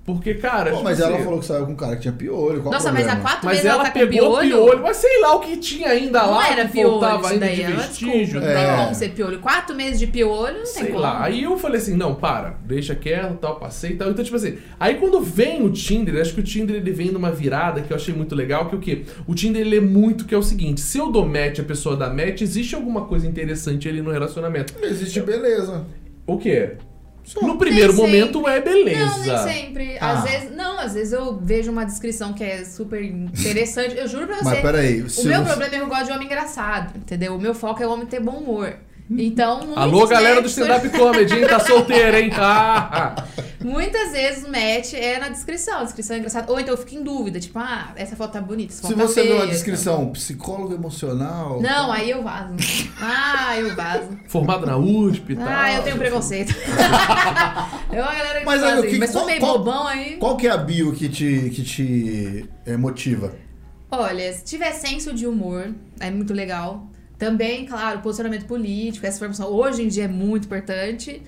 Porque, cara. Pô, tipo mas assim, ela falou que saiu com um cara que tinha piolho. Qual o Nossa, mas problema? há quatro Mas meses ela, ela tá com pegou piolho. piolho, mas sei lá o que tinha ainda Não lá, era que piolho faltava isso ainda daí, de ela vestígio. desculpa. e Não tem tal. é. como ser piolho. Quatro meses de piolho, não tem Sei como. lá. Aí eu falei assim, não, para, deixa quieto, tal, passei e tal. Então, tipo assim, aí quando vem o Tinder, acho que o Tinder ele vem numa virada que eu achei muito legal, que o quê? O Tinder ele é muito que é o seguinte, se eu dou match, a pessoa dá match, existe alguma coisa interessante ali no relacionamento. Existe beleza. O quê? No primeiro Nem sempre. momento é beleza. Não, nem sempre. Ah. Às vezes, não, às vezes eu vejo uma descrição que é super interessante. Eu juro pra você. Mas peraí, O se meu você- problema é que eu gosto de homem engraçado, entendeu? O meu foco é o homem ter bom humor. Hum. Então, Alô, muitos galera do matches- stand-up comedy, hein? Tá solteira, hein? Ah, ah. Muitas vezes o match é na descrição. A descrição é engraçada. Ou então eu fico em dúvida, tipo, ah, essa foto tá bonita, essa Se foto tá você vê uma feia. descrição psicólogo emocional. Não, aí eu vazo. Ah, eu vazo. Formado na USP Tá e tal. Ah, eu tenho preconceito. eu a galera que Mas aí, faz o que- isso. Mas sou qual- meio qual- bobão aí. Qual que é a bio que te, que te eh, motiva? Olha, se tiver senso de humor, é muito legal. Também, claro, posicionamento político, essa informação hoje em dia é muito importante.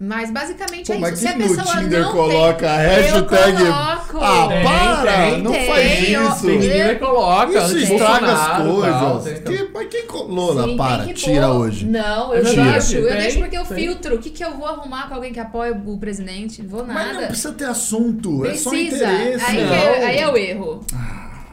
Mas basicamente Pô, é isso. mas se a que no pessoa Tinder não coloca a hashtag. Eu coloco. Ah, Tem, para! tem, não tem. faz Tem, ó, isso! Tem ninguém que coloca. Isso estraga as coisas. Que, mas quem colou? Sim, para, tem que tira pôr. hoje. Não, eu Tira. deixo. Eu Tem, deixo porque eu tem. filtro. O que, que eu vou arrumar com alguém que apoia o presidente? Não vou Mas não nada. precisa ter assunto, é só Precisa. interesse. Ah. aí, não. que é, aí é o erro.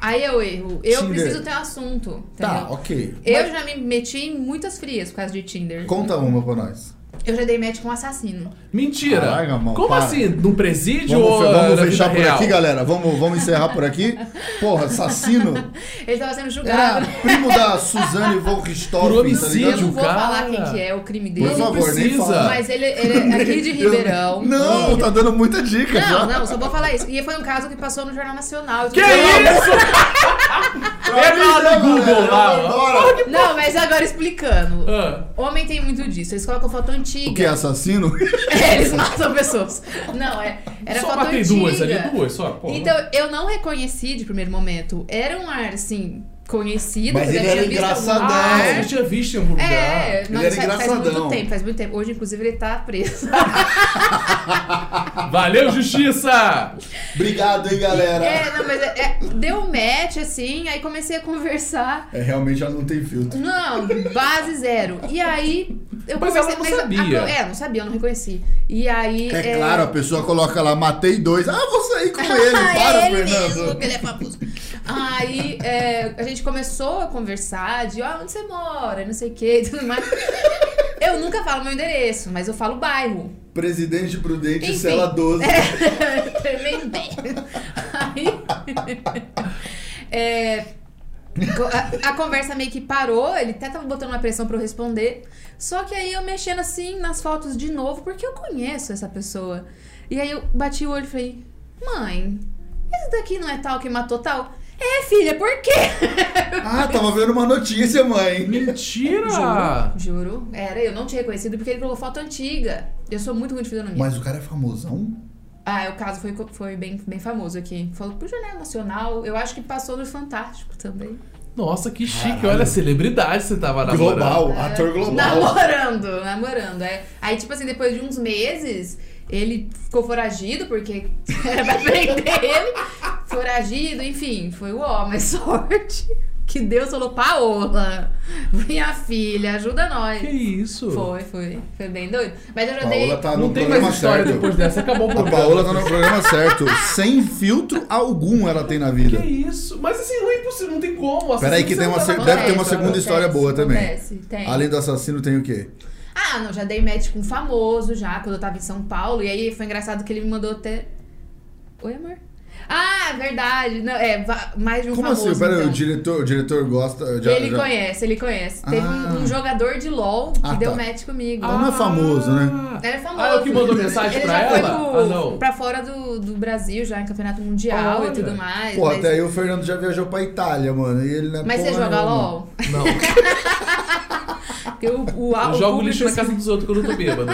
Aí é o erro. Eu Tinder. preciso ter um assunto. Tá, entendeu? ok. Eu já me meti em muitas frias por causa de Tinder. Conta uma pra nós. Eu já dei match com um assassino. Mentira. Caraca, mano, Como para. assim? Num presídio Vamos, ou fe- vamos na fechar vida por real? aqui, galera. Vamos, vamos encerrar por aqui. Porra, assassino. Ele tava sendo Era julgado. primo da Suzane von Por Richthofen, tá homicídio. Eu ligado? não vou Cara. falar quem que é o crime dele. Por Não favor, nem precisa. fala. Mas ele, ele é aqui de Ribeirão. Não, tá dando muita dica já. Não, não, só vou falar isso. E foi um caso que passou no Jornal Nacional. Que isso? Pega Pra lá no mim, Google, é galera, lá, eu vou ó. embora. Não, mas agora explicando. Ah, Homem tem muito disso. Eles colocam foto O que é antiga. assassino? Eles matam pessoas. Não, é. Era só foto matei antiga. duas ali, duas só. Pô, Então, eu não reconheci de primeiro momento. Era um ar, assim, conhecido. Mas eu já ele era tinha visto em algum engraçadão. ah, lugar. eu tinha visto em algum lugar. É, Ele não, era faz, faz engraçadão. muito tempo, faz muito tempo. Hoje, inclusive, ele tá preso. Valeu, justiça! Obrigado, hein, galera. É, não, mas é- é- deu um match, assim, aí comecei a conversar. É, realmente já não tem filtro. Não, base zero. E aí, eu Mas comecei ela não a- sabia. a- é, não sabia, eu não reconheci. E aí. É claro, a pessoa coloca lá, matei dois. Ah, vou sair com É ele. Ah, Para, ele mesmo, Fernando. que ele é famoso. Aí é, a gente começou a conversar de ah, onde você mora, não sei o que e tudo mais. Eu nunca falo meu endereço, mas eu falo bairro. Presidente Prudente, Enfim. cela 12. Tremendo bem. Aí. é, co- a, a conversa meio que parou, ele até tava botando uma pressão pra eu responder. Só que aí eu mexendo assim nas fotos de novo, porque eu conheço essa pessoa. E aí eu bati o olho e falei: Mãe, esse daqui não é tal que matou tal? É, filha, por quê? Ah, tava vendo uma notícia, mãe. Mentira! Juro, era, eu não tinha reconhecido porque ele colocou foto antiga. Eu sou muito ruim de fisionomia. Mas o cara é famosão? Ah, o caso foi, co- foi bem, bem famoso aqui. Falou pro Jornal Nacional. Eu acho que passou no Fantástico também. Nossa, que chique. Olha a celebridade que você tava na Global, ator global. Namorando, namorando. é. Aí, tipo assim, depois de uns meses, ele ficou foragido, porque era pra prender ele. Foragido, enfim, foi o ó, mas sorte. Que Deus falou, Paola, minha filha, ajuda nós. Que isso? Foi, foi. Foi bem doido. Mas eu já dei. Paola tá Não no tem mais programa história certo. depois dessa. Acabou o A programa. Paola tá no programa certo. Sem filtro algum ela tem na Que vida. isso? Mas assim, não é impossível, não tem como. Peraí que tem tá tá uma se- deve ter uma Acontece, segunda história acontece, boa também. acontece, tem. Além do assassino tem o quê? Ah, não, já dei match com um famoso já, quando eu tava em São Paulo. E aí foi engraçado que ele me mandou até. Oi, amor? Ah, verdade. Não, é, va- mais de um Como famoso. assim? Pera aí, então. o diretor, o diretor gosta. Já, ele já- conhece, ele conhece. Teve Ah. um, um jogador de LOL que Ah, deu tá. match comigo. Então não é famoso, né? Era famoso. Ah, é o que mandou mensagem ele pra já foi ela? pro- Ah, não. pra fora do, do Brasil, já em campeonato mundial Olha. e tudo mais. Pô, mas até aí o Fernando já viajou pra Itália, mano. E ele não é mas você porra joga nenhuma. LOL? Não, Porque o, o, Ah, eu o jogo público assim, lixo na casa dos outros quando eu tô bêbado.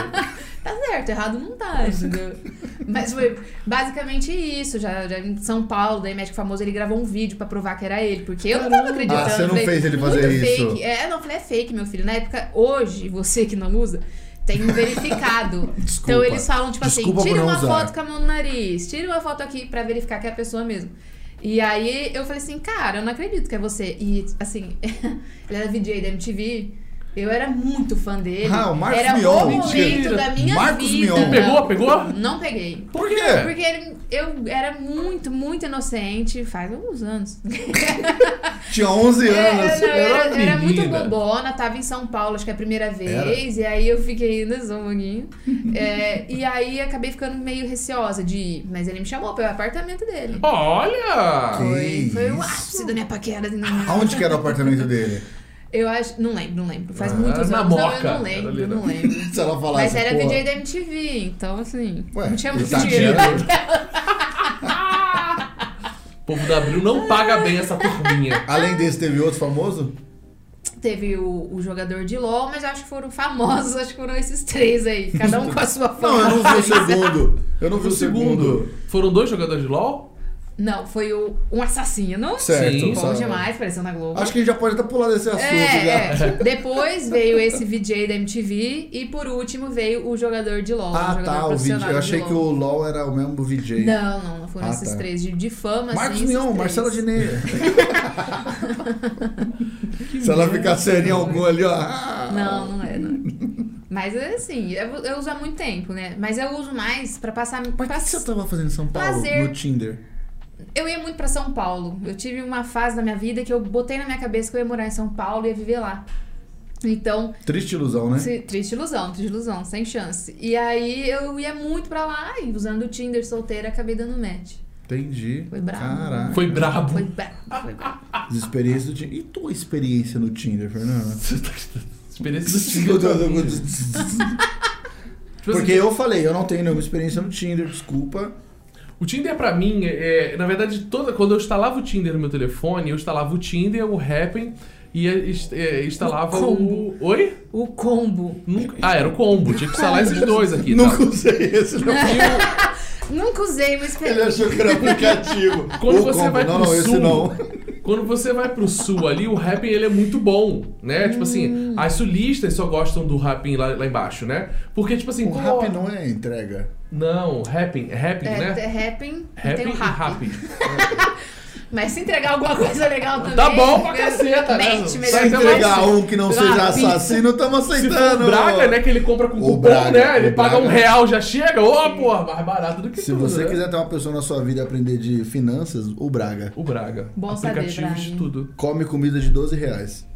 Tá certo, errado não tá, entendeu? Mas foi basicamente isso. Já, já em São Paulo, daí médico famoso, ele gravou um vídeo pra provar que era ele, porque eu não tava acreditando. Ah, você não falei, fez ele "Muito fazer isso." Fake. É, não, eu falei, é fake, meu filho. Na época, hoje, você que não usa, Tem um verificado. Desculpa. Então eles falam, tipo Desculpa por assim, tira não uma usar. foto com a mão no nariz, tira uma foto aqui pra verificar que é a pessoa mesmo. E aí eu falei assim, cara, eu não acredito que é você. E assim, ele era VJ da MTV. Eu era muito fã dele. Ah, o Marcos era Mion. o momento Mentira. da minha Marcos vida. Mion. Pegou? Pegou? Não peguei. Por quê? Porque ele- eu era muito, muito inocente, faz alguns anos. Tinha 11 anos. É, não, eu era era, eu era muito menina. bobona, tava em São Paulo, acho que é a primeira vez. Era? E aí eu fiquei, né, só um pouquinho. É, e aí acabei ficando meio receosa de ir. Mas ele me chamou pelo apartamento dele. Olha! Foi, foi o isso? ápice da minha paquera. assim, não- Aonde que era o apartamento dele? Eu acho. Não lembro, não lembro. Faz Ah, muitos na anos. Moca. Não, eu não lembro, Era ali, não né? lembro. Se ela falasse, Mas era pô, VJ da MTV, então assim. Ué, não tinha muito tá dinheiro dinheiro. naquela. O povo da Abril não paga bem essa turminha. Além desse, teve outro famoso? Teve o, o jogador de LOL, mas acho que foram famosos, acho que foram esses três aí. Cada um com a sua Não, é. eu fama. não vi o segundo. Eu não vi O o segundo. segundo. Foram dois jogadores de LOL? Não, foi o, um assassino. Certo. Sim. Bom sabe? demais, apareceu na Globo. Acho que a gente já pode até pular desse assunto é, já. é. Depois veio esse VJ da MTV e por último veio o jogador de LOL. um Ah, jogador tá, o vídeo. profissional Eu de achei que LOL. o LOL era o mesmo VJ. Não, não, não foram Ah, esses tá. três de, de fama. Marcos assim, esses Mion, três. Marcela Diné. Se ela ficar séria em algum ali, ó. ah, Não, não é, não é. Mas assim, eu, eu uso há muito tempo, né? Mas eu uso mais pra passar. Mas o que pra- que você tava fazendo em São Paulo Prazer. no Tinder? Eu ia muito pra São Paulo. Eu tive uma fase da minha vida que eu botei na minha cabeça que eu ia morar em São Paulo e ia viver lá. Então, Triste ilusão, né? se- triste ilusão, triste ilusão, sem chance. E aí eu ia muito pra lá e usando o Tinder solteira, acabei dando match. Entendi. Foi brabo. Caraca. Foi brabo. Foi brabo, foi brabo. As experiências do Tinder. E tua experiência no Tinder, Fernanda? Experiência do Tinder. Tipo assim, Porque eu falei, eu não tenho nenhuma experiência no Tinder, desculpa. O Tinder pra mim, é, é, na verdade, toda, quando eu instalava o Tinder no meu telefone, eu instalava o Tinder, o Happn e é, ins- é, instalava O combo. o... Oi? O combo. Nunca- Ah, era o combo. Tinha que instalar esses dois aqui. tá? Nunca usei esse, não. Nunca usei, mas Ele achou que era um aplicativo. Quando Ou você combo. vai não, pro não, esse sul, não. quando você vai pro sul ali, o rapping ele é muito bom, Hum. né? Tipo assim, as sulistas só gostam do rapping lá, lá embaixo, né? Porque, tipo assim, O pô, rap não é entrega. Não, rapping, rapping, é, né? é rapping, Rapping tem o e rap. rapping. Mas se entregar alguma coisa legal também. Tá bom pra caceta, né? Mete, Tá Se melhor. Sai, então entregar vai- um que não vai seja uma pizza. assassino, estamos Se aceitando. for o Braga, né? Que ele compra com O cupom, Braga, né? Ele o paga um Braga. real, já chega. Ô, porra, mais barato do que Se tudo, você né? quiser ter uma pessoa na sua vida e aprender de finanças, o Braga. O Braga. Bom saber, Aplicativos Braga, hein? de tudo. Come comida de 12 reais.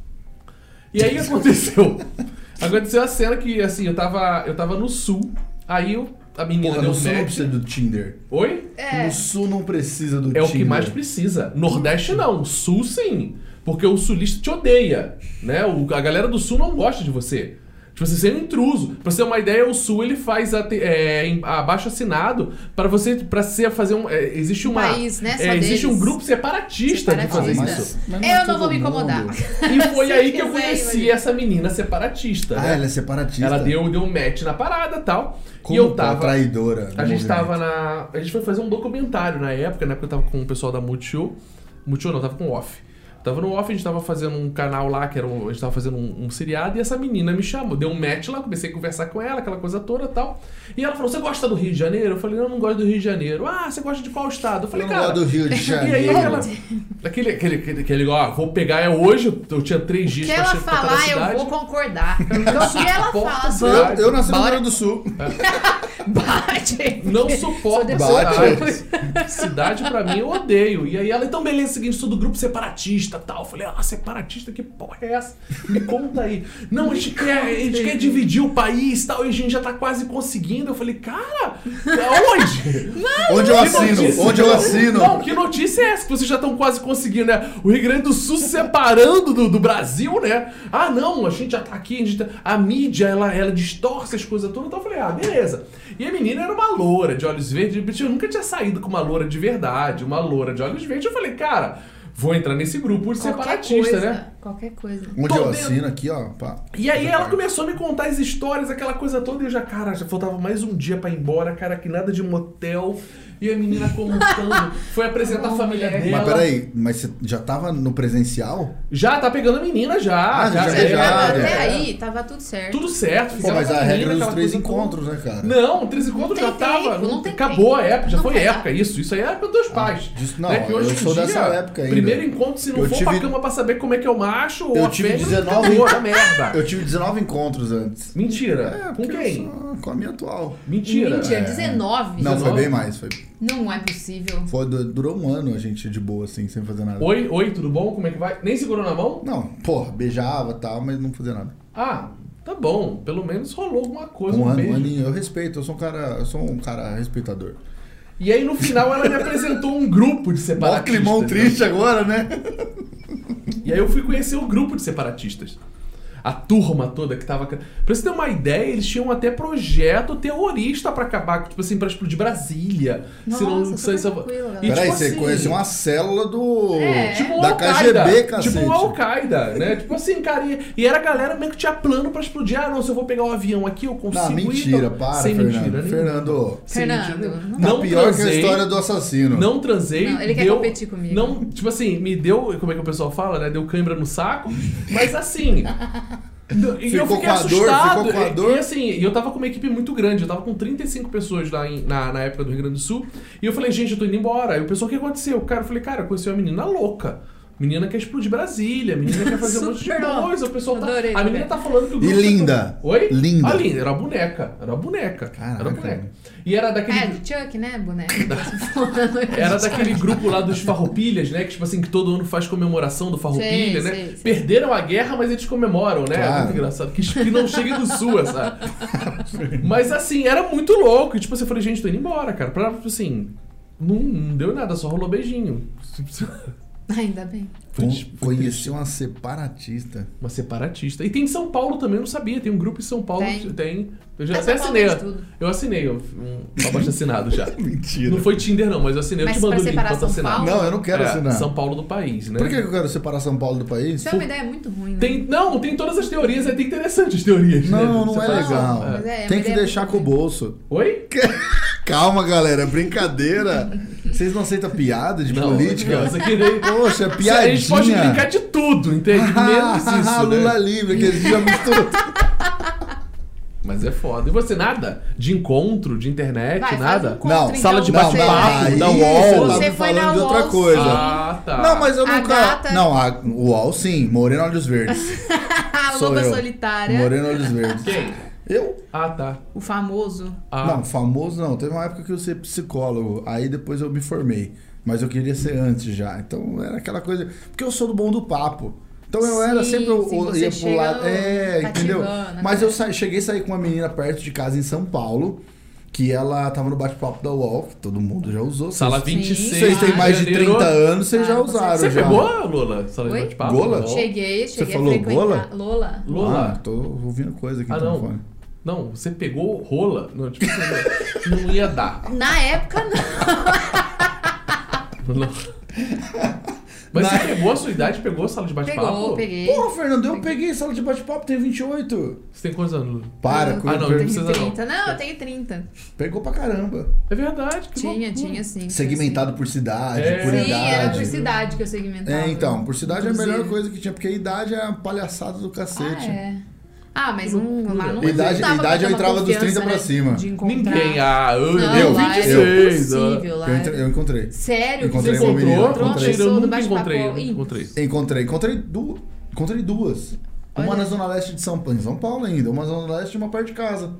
E aí aconteceu. aconteceu a cena que, assim, eu tava, eu tava no sul, aí eu, a menina Porra, deu no sul não match. precisa do Tinder. Oi? É. No sul não precisa do É Tinder. o que mais precisa. Nordeste não, Sul sim. Porque o sulista te odeia, né? O- a galera do Sul não gosta de você. Tipo, você é um intruso. Pra você ter uma ideia, o Sul ele faz a, te- é, em- abaixo assinado para você para você fazer um é, existe uma país, né, só é, existe um deles. grupo separatista, de fazer Separatista. isso. Mas é Eu todo não vou me incomodar. mundo. E foi Se aí que eu quiser, conheci imagina. essa menina separatista. Ah, né? ela é separatista. Ela deu deu um match na parada, e tal. Como e eu tá tava traidora. a no gente movimento. tava na. A gente foi fazer um documentário na época, né? Porque eu tava com o pessoal da Multishow. Multishow não, eu tava com o off. Tava no off, a gente tava fazendo um canal lá, que era um, a gente tava fazendo um, um seriado, e essa menina me chamou, deu um match lá, comecei a conversar com ela, aquela coisa toda e tal. E ela falou: Você gosta do Rio de Janeiro? Eu falei: Não, eu não gosto do Rio de Janeiro. Ah, você gosta de qual estado? Eu Eu falei: não Cara. gosto do Rio de E aí Janeiro. ela. Aquele, aquele, aquele, aquele, ó, vou pegar é hoje, eu tinha três O dias que pra ela chegar pra cada falar, cidade. eu vou concordar. Então, se ela Suporta fala, essa vamos, Eu, eu nasci no Rio Bora. Grande do Sul. bate. Não suporto Sou cidade. Cidade pra mim eu odeio. E aí ela, então beleza, seguinte, sou do grupo separatista tal. Eu falei, ah, separatista, que porra é essa? Me conta aí. Não, a gente quer, a gente quer dividir o país tal, e a gente já tá quase conseguindo. Eu falei, cara, aonde? Onde eu Que assino? notícia? Onde eu assino? Não, que notícia é essa? Que vocês já estão quase conseguindo, né? O Rio Grande do Sul se separando do, do Brasil, né? Ah, não, a gente já tá aqui, a, gente tá- a mídia, ela, ela distorce as coisas todas. Então eu falei, ah, beleza. E a menina era uma loura de olhos verdes. bicho, Eu nunca tinha saído com uma loura de verdade, uma loura de olhos verdes. Eu falei, cara, vou entrar nesse grupo de Qualquer separatista, coisa. né? Qualquer coisa. Onde Tô eu dentro. assino aqui, ó. Pá. E aí ela começou começou. a me contar as histórias, aquela coisa toda, e eu já, cara, já faltava mais um dia pra ir embora, cara, que nada de motel. E a menina contando, foi apresentar a Ô, família mulher. dela. Mas peraí, mas você já tava no presencial? Já tá pegando a menina já. Ah, já, já é. já. até é. aí tava tudo certo. Tudo certo. Pô, fizeram mas com a menina, regra dos aquela três coisa toda. encontros, né, cara? Não, três encontros Não já tem tava. tempo, não tem acabou a tempo. época, já Não foi tem época isso. Isso aí é época dos pais. disso Ah, não, né, que eu hoje em sou dia, dessa época ainda. Primeiro encontro, se não Eu for pra tive- cama pra saber como é que é o macho ou Eu a tive fêmea, 19 acabou, é merda. Eu tive 19 encontros antes. É, Mentira. porque Com eu quem? sou- Com a minha atual. Mentira. Mentira, 19. É. Não, foi 19? bem mais. Foi, Não é possível. foi- durou um ano a gente de boa, assim, sem fazer nada. Oi, oi, tudo bom? Como é que vai? Nem segurou na mão? Não, porra, beijava e tal, mas não fazia nada. Ah, tá bom. Pelo menos rolou alguma coisa. Um Um, ano, beijo. um aninho. Eu respeito, eu sou um cara, eu sou um cara respeitador. E aí no final ela me apresentou um grupo de Ó, separatistas. climão né? triste agora, né? E aí eu fui conhecer o grupo de separatistas. A turma toda que tava. Pra você ter uma ideia, eles tinham até projeto terrorista pra acabar, tipo assim, pra explodir Brasília. Nossa, se não, super se- se- tranquilo, galera. E, Peraí, tipo você assim, conheceu uma célula do. É. Tipo um da Al-Qaeda. KGB, cacete. Tipo um Al-Qaeda, né? tipo assim, cara. E, e era a galera meio que tinha plano pra explodir. Ah, não, se eu vou pegar o avião aqui, eu consigo. Não, ir, mentira, então- para, Sem Fernando. mentira, nenhuma. Fernando, Sem Fernando, mentira nenhuma. não tá não pior que a transei, história do assassino. Não transei. Não, ele quer deu- competir comigo. Não, tipo assim, me deu, como é que o pessoal fala, né? Deu câimbra no saco, mas assim. e eu Ficou fiquei com a dor, assustado. ficou com a e- dor. E, assim, e eu tava com uma equipe muito grande, eu tava com 35 pessoas lá em- na, na época do Rio Grande do Sul. E eu falei, gente, eu tô indo embora. E o pessoal, o que aconteceu? O cara, eu falei, cara, eu conheci uma menina louca. Menina quer explodir Brasília, menina quer fazer um monte de Super louca. coisa. O pessoal tá. Adorei, a menina Roberto. tá falando que o E grupo- linda. Oi? Linda. Ah, linda, era uma boneca. Era uma boneca. Era Caraca. uma boneca. E era daquele. É, do Chuck, né, boneco? Era daquele grupo lá dos Farroupilhas, né? Que, tipo assim, que todo ano faz comemoração do Farroupilha, Sei, né? sei, sei. Perderam a guerra, mas eles comemoram, né? É Claro. muito engraçado. Que, que não chega do sul, essa. mas, assim, era muito louco. E, tipo assim, eu falei, gente, tô indo embora, cara. Pra, tipo assim, não, não deu nada, só rolou beijinho. Ainda bem. Foi, Con- tipo, Conheci uma separatista. uma separatista. E tem em São Paulo também, eu não sabia. Tem um grupo em São Paulo. Tem. que Tem. Eu já Mas até São assinei. Paulo tem de tudo. Eu assinei um, um abaixo assinado já. Mentira. Não foi Tinder, não, mas eu assinei. Mas eu te mando pra o link separar pra tu São assinar. Paulo? Não, eu não quero É, assinar. São Paulo do país, né? Por que que eu quero separar São Paulo do país? Isso é uma ideia muito ruim, né? Tem, não, tem todas as teorias, é interessante as teorias. né? Não, não Você é fala, legal. ah, Mas é, é uma Tem que ideia deixar muito com o ruim. bolso. Oi? Calma, galera, é brincadeira. Vocês não aceitam piada de política? Não, isso aqui nem- Poxa, A piadinha. Ah, gente pode brincar de tudo, entende? Menos isso, né? Lula livre, que eles já misturam. Mas é foda. E você, nada? De encontro, de internet, Vai, faz um nada? encontro, Não, então, sala de você não, bate-papo, não, vai. aí da você UOL. tá Você me foi na falando de outra UOL, coisa. Ah, tá. Não, mas eu A nunca... gata- Não, a UOL sim, Moreno Olhos Verdes. A Sou Ah, loba eu. solitária. Moreno Olhos Verdes. Quem? Eu? Ah, tá. O famoso. Ah, Não, famoso não. Teve uma época que eu ser psicólogo, aí depois eu me formei. Mas eu queria ser antes já. Então era aquela coisa. Porque eu sou do bom do papo. Então eu Sim, era sempre o, sim, o- você ia pro chega lado. no- É, entendeu? cativando, né? Mas eu sa- cheguei a sair com uma menina perto de casa em São Paulo, que ela tava no bate-papo da UOL, que todo mundo já usou. sala Vocês- 26. Vocês têm mais de janeiro. 30 anos, vocês já Ah, você- usaram. ah, Você já. pegou, Lola? Sala de Oi? bate-papo? Gola? Não. Cheguei, cheguei falou a frequentar. Lola? Lola? Lola? Ah, tô ouvindo coisa aqui Ah, no não. telefone. Não, você pegou rola? Não, tipo, assim, não não ia dar. Na época, não. Não. Mas Na- você pegou a sua idade, pegou a sala de bate-papo? Pegou, peguei. Porra, Fernando, eu peguei sala de bate-papo, tem 28. Você tem quantos anos? Lu? Para, Ah, com não, per- não Teve precisa não. Tá 30. Não, eu tenho 30. Pegou pra caramba. É verdade. Que Tinha, loucura. tinha sim. Segmentado por cidade, É. por Sim, era por idade. cidade que eu segmentava. É, então, por cidade é a melhor Inclusive. coisa que tinha, porque a idade é a palhaçada do cacete. Ah, é. Ah, mas não, lá Idade- não não dava pra idade ter eu uma entrava dos 30 confiança, pra né, cima. de encontrar. Ninguém. Ah, eu, Não, é eu lá era 26. ó. impossível, lá Eu, era- entre- eu encontrei. um Sério? que Encontrei ah. Você uma encontrou? menina, Encontrei, encontrei. Eu Pessoa do nunca encontrei. bate-papo. eu nunca Ih. encontrei. Encontrei, encontrei, du encontrei duas. Uma Olha. na zona leste de São Paulo, em São Paulo ainda, uma na zona leste e uma perto de casa.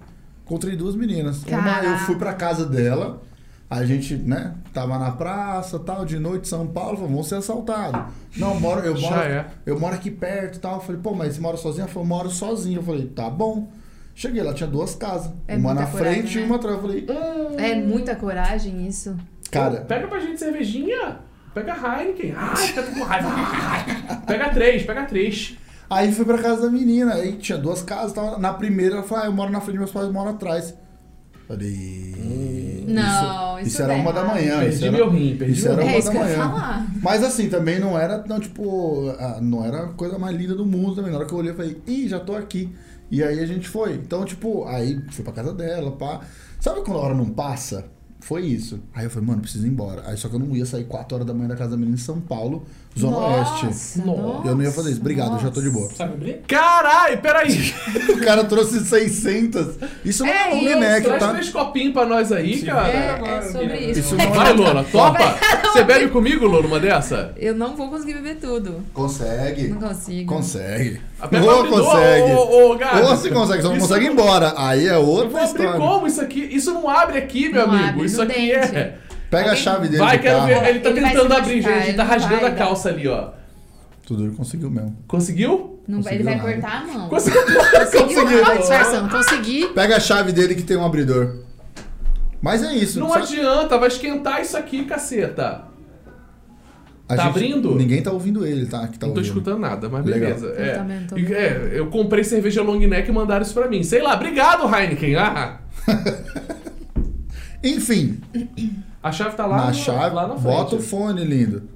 Encontrei duas meninas. Caraca. Uma eu fui pra casa dela, a gente, né, tava na praça, tal, de noite São Paulo, falou, vamos ser assaltados. Não, moro, eu Já moro, é. eu moro aqui perto, tal. Eu falei, pô, mas você mora sozinha? Ela falou, moro sozinha. Eu falei, tá bom. Cheguei, ela tinha duas casas, É uma muita na coragem, frente e né? uma atrás. Eu falei, "Ah, É muita coragem isso. cara, Pega pra gente cervejinha. Pega Heineken. Ai, tá com raiva. Pega três, pega três. Aí fui pra casa da menina, aí tinha duas casas, tava na primeira ela falou, ah, eu moro na frente, meus pais moram atrás. Falei. "Hum, Não, isso isso era tá uma da errado. manhã. isso Perdi era- meu rim, perdi isso meu era rim. uma É isso da que eu ia manhã. falar. Mas assim, também não era, não, tipo, a- não era a coisa mais linda do mundo também. Na hora que eu olhei, eu falei, ih, já tô aqui. E aí a gente foi. Então, tipo, aí fui pra casa dela, pá. Sabe quando a hora não passa? Foi isso. Aí eu falei, mano, preciso ir embora. Aí só que eu não ia sair 4 horas da manhã da casa da menina em São Paulo, Zona Nossa, Oeste. Nossa, Eu não ia fazer isso. Obrigado, eu já tô de boa. Sabe abrir? Caralho, peraí. O cara trouxe 600. Isso não é, É um isso, Linec, Traz tá? três copinhos pra nós aí, Sim. cara. É, é sobre isso. Isso não Vai, Lola, topa? Você bebe comigo, Lola, uma dessa? Eu não vou conseguir beber tudo. Consegue. Não consigo. Consegue. Até Ou pra- consegue. Ô, ô, ô, Gabi. Ou se consegue, só não Isso consegue não- ir embora. Aí é Eu vou outra abrir história. como isso aqui? Isso não abre aqui, meu Não amigo. abre, isso no aqui dente. é. Pega a Alguém- chave dele Vai, do quero carro. ver. Ele tá Ele vai tentando se abrir, machucar, gente. Ele ele tá não rasgando vai a dar. calça ali, ó. Tudo ele conseguiu mesmo. Conseguiu? Não vai, ele vai Conseguiu nada. cortar a mão. Conseguiu. Conseguiu, Conseguiu. não, disfarçando. Consegui. Pega a chave dele que tem um abridor. Mas é isso. Não só- adianta, vai esquentar isso aqui, caceta. a tá abrindo? Ninguém tá ouvindo ele, tá? Que tá Não tô ouvindo. escutando nada, mas Legal. beleza. Eu É. também não tô E, é, eu comprei cerveja long neck e mandaram isso pra mim. Sei lá, obrigado, Heineken. Ah, Enfim, a chave tá lá, na no- chave, lá na frente. bota o fone, lindo.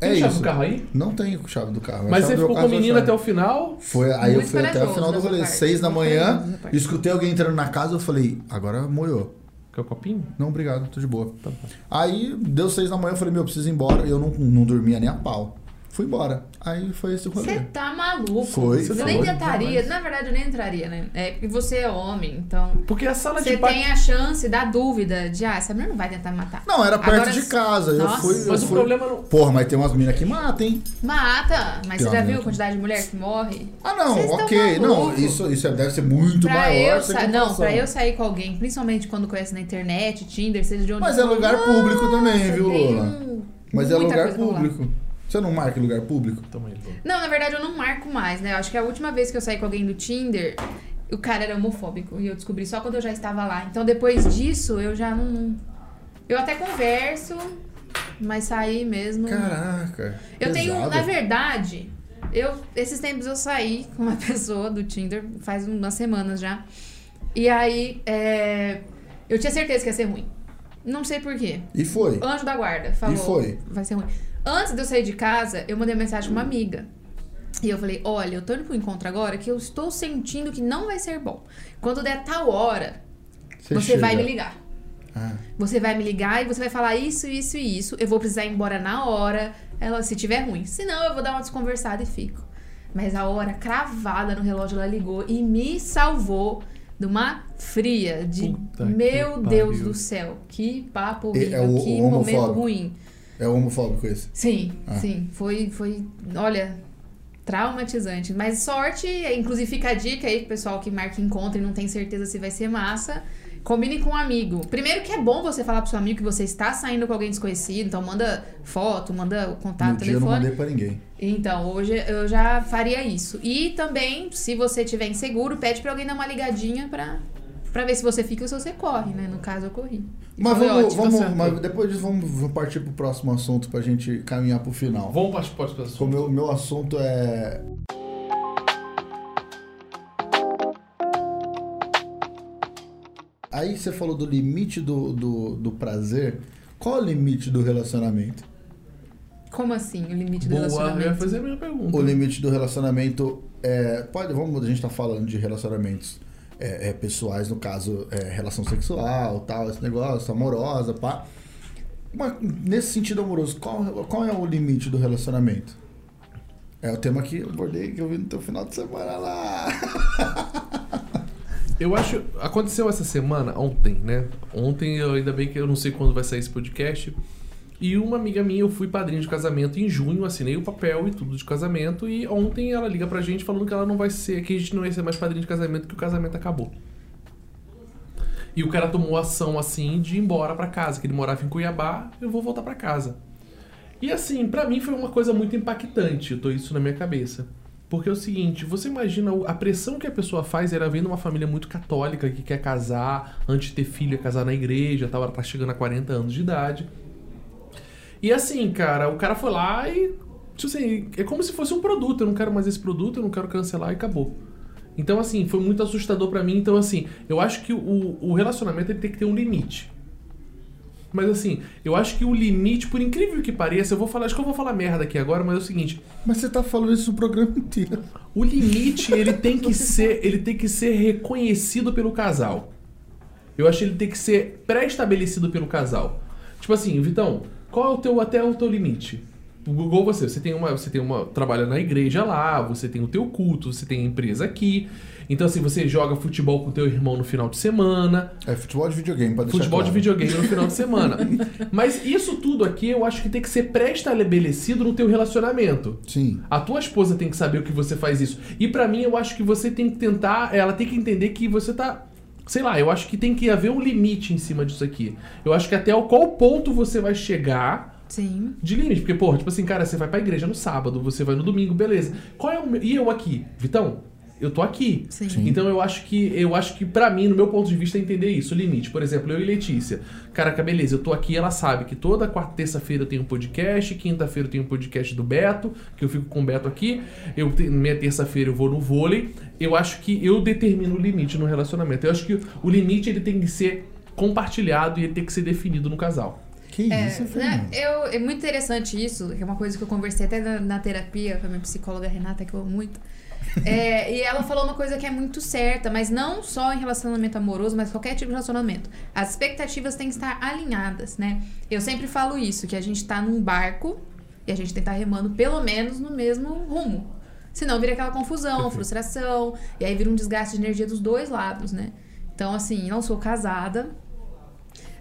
Tem é chave isso. do carro aí? Não tenho chave do carro. Mas chave você do ficou carro com a é só menina chave. até o final? Foi, aí eu Muito fui até o corajoso final do dessa rolê. parte. Seis da Muito manhã, corajoso dessa parte. escutei alguém entrando na casa, eu falei, agora molhou. Quer o copinho? Não, obrigado, tô de boa. Tá Aí deu seis da manhã, eu falei, meu, eu preciso ir embora. Eu não, não dormia nem a pau. Fui embora. Aí foi esse rolê. Você tá maluco. Foi, Eu foi. nem tentaria. Na verdade, eu nem entraria, né? É porque você é homem, então. Porque a sala Você de parto. tem a chance da dúvida de, ah, essa mulher não vai tentar matar. Não, era perto Agora- de casa. Eu Nossa. fui. Eu Mas o fui... problema não. Porra, mas tem umas minas que matam, hein? Mata! Mas você já Pior, né? viu a quantidade de mulher que morre? Ah, não, Vocês tão ok. Não, maluco. isso, isso deve ser muito Pra maior. eu sem sa- Não, comparação. pra eu sair com alguém, principalmente quando conhece na internet, Tinder, seja de onde Mas é for, lugar público também, nossa, viu, tem Lola? um- Mas é muita lugar coisa pra rolar. público. Você não marca em lugar público? Toma aí, Lu. Não, na verdade eu não marco mais, né? Eu acho que a última vez que eu saí com alguém do Tinder, o cara era homofóbico. E eu descobri só quando eu já estava lá. Então depois disso, eu já não. Eu até converso, mas saí mesmo. Caraca. Hum. Eu tenho, um, pesado. na verdade, eu esses tempos eu saí com uma pessoa do Tinder faz um, umas semanas já. E aí, é, eu tinha certeza que ia ser ruim. Não sei por quê. E foi. Anjo da guarda falou. E foi? Vai ser ruim. Antes de eu sair de casa, eu mandei uma mensagem pra uma amiga. E eu falei, olha, eu tô indo pro encontro agora que eu estou sentindo que não vai ser bom. Quando der tal hora, você chega. vai me ligar. Ah, Você vai me ligar e você vai falar isso, isso e isso. Eu vou precisar ir embora na hora. Ela, se tiver ruim. Se não, eu vou dar uma desconversada e fico. Mas a hora cravada no relógio, ela ligou e me salvou de uma fria de Puta que meu Deus pariu. do céu, que papo E- é horrível, o- que o momento homofóbico. ruim. é homofóbico esse. Sim, Ah. sim. Foi, foi, olha, traumatizante. Mas sorte, inclusive fica a dica aí pro pessoal que marca encontro e não tem certeza se vai ser massa. Combine com um amigo. Primeiro que é bom você falar pro seu amigo que você está saindo com alguém desconhecido, então manda foto, manda o no contato, dia eu não Tá mandei telefone. pra ninguém. Então, hoje eu já faria isso. E também, se você tiver inseguro, pede pra alguém dar uma ligadinha pra, pra ver se você fica ou se você corre, né? No caso, eu corri. E Mas foi vamos, ótimo. tá vamos certo. mas depois disso vamos, vamos partir pro próximo assunto pra gente caminhar pro final. Vamos para as próximas O meu, meu assunto é. Aí você falou do limite do, do, do prazer. Qual é o limite do relacionamento? Como assim, o limite do Boa, eu ia relacionamento? fazer a minha pergunta. O limite do relacionamento é. Pode, vamos, a gente tá falando de relacionamentos é, é, pessoais, no caso, é, relação sexual, tal, esse negócio, amorosa, pá. Mas nesse sentido amoroso, qual, qual é o limite do relacionamento? É o tema que eu abordei que eu vi no teu final de semana lá. Eu acho. Aconteceu essa semana, ontem, né? Ontem, eu- ainda bem que eu não sei quando vai sair esse podcast. E uma amiga minha, eu fui padrinho de casamento em junho, assinei o papel e tudo de casamento. E ontem ela liga pra gente falando que ela não vai ser, que a gente não ia ser mais padrinho de casamento, que o casamento acabou. E o cara tomou ação assim de ir embora pra casa, que ele morava em Cuiabá, eu vou voltar pra casa. E assim, pra mim foi uma coisa muito impactante, eu tô isso na minha cabeça. Porque é o seguinte, você imagina o- a pressão que a pessoa faz, ela vem de uma família muito católica que quer casar, antes de ter filha, casar na igreja, tal, ela tá chegando a 40 anos de idade. E assim, cara, o cara foi lá e. Tipo assim, é como se fosse um produto. Eu não quero mais esse produto, eu não quero cancelar e acabou. Então, assim, foi muito assustador pra mim. Então, assim, eu acho que o, o relacionamento ele tem que ter um limite. Mas, assim, eu acho que o limite, por incrível que pareça, eu vou falar, acho que eu vou falar merda aqui agora, mas é o seguinte: Mas você tá falando isso no programa inteiro. o limite ele tem que ser, ele tem que ser reconhecido pelo casal. Eu acho que ele tem que ser pré-estabelecido pelo casal. Tipo assim, Vitão, qual é o teu até o teu limite? Igual você, você tem uma, você tem uma trabalha na igreja lá, você tem o teu culto, você tem a empresa aqui. Então assim, você joga futebol com teu irmão no final de semana, É futebol de videogame, pra deixar futebol de claro. videogame no final de semana. Mas isso tudo aqui eu acho que tem que ser pré-estabelecido no teu relacionamento. Sim. A tua esposa tem que saber o que você faz isso. E pra mim, eu acho que você tem que tentar, ela tem que entender que você tá. Sei lá, eu acho que tem que haver um limite em cima disso aqui. Eu acho que até o qual ponto você vai chegar Sim. de limite. Porque, porra, tipo assim, cara, você vai pra igreja no sábado, você vai no domingo, beleza. Qual é o meu. E eu aqui? Vitão, eu tô aqui. Sim. Sim. Então eu acho que eu acho que para mim, no meu ponto de vista, é entender isso, o limite. Por exemplo, eu e Letícia. Caraca, beleza, eu tô aqui, ela sabe que toda quarta terça-feira eu tenho um podcast, quinta-feira eu tenho um podcast do Beto, que eu fico com o Beto aqui. Eu te- minha terça-feira eu vou no vôlei. Eu acho que eu determino o limite no relacionamento. Eu acho que o limite ele tem que ser compartilhado e ele tem que ser definido no casal. Que É, isso, né, Fernando? eu, é muito interessante isso, que é uma coisa que eu conversei até na, na terapia com a minha psicóloga Renata, que eu amo muito. É, e ela falou uma coisa que é muito certa, mas não só em relacionamento amoroso, mas qualquer tipo de relacionamento. As expectativas têm que estar alinhadas, né? Eu sempre falo isso, que a gente tá num barco e a gente tem que estar remando pelo menos no mesmo rumo. Senão vira aquela confusão, frustração, e aí vira um desgaste de energia dos dois lados, né? Então, assim, não sou casada,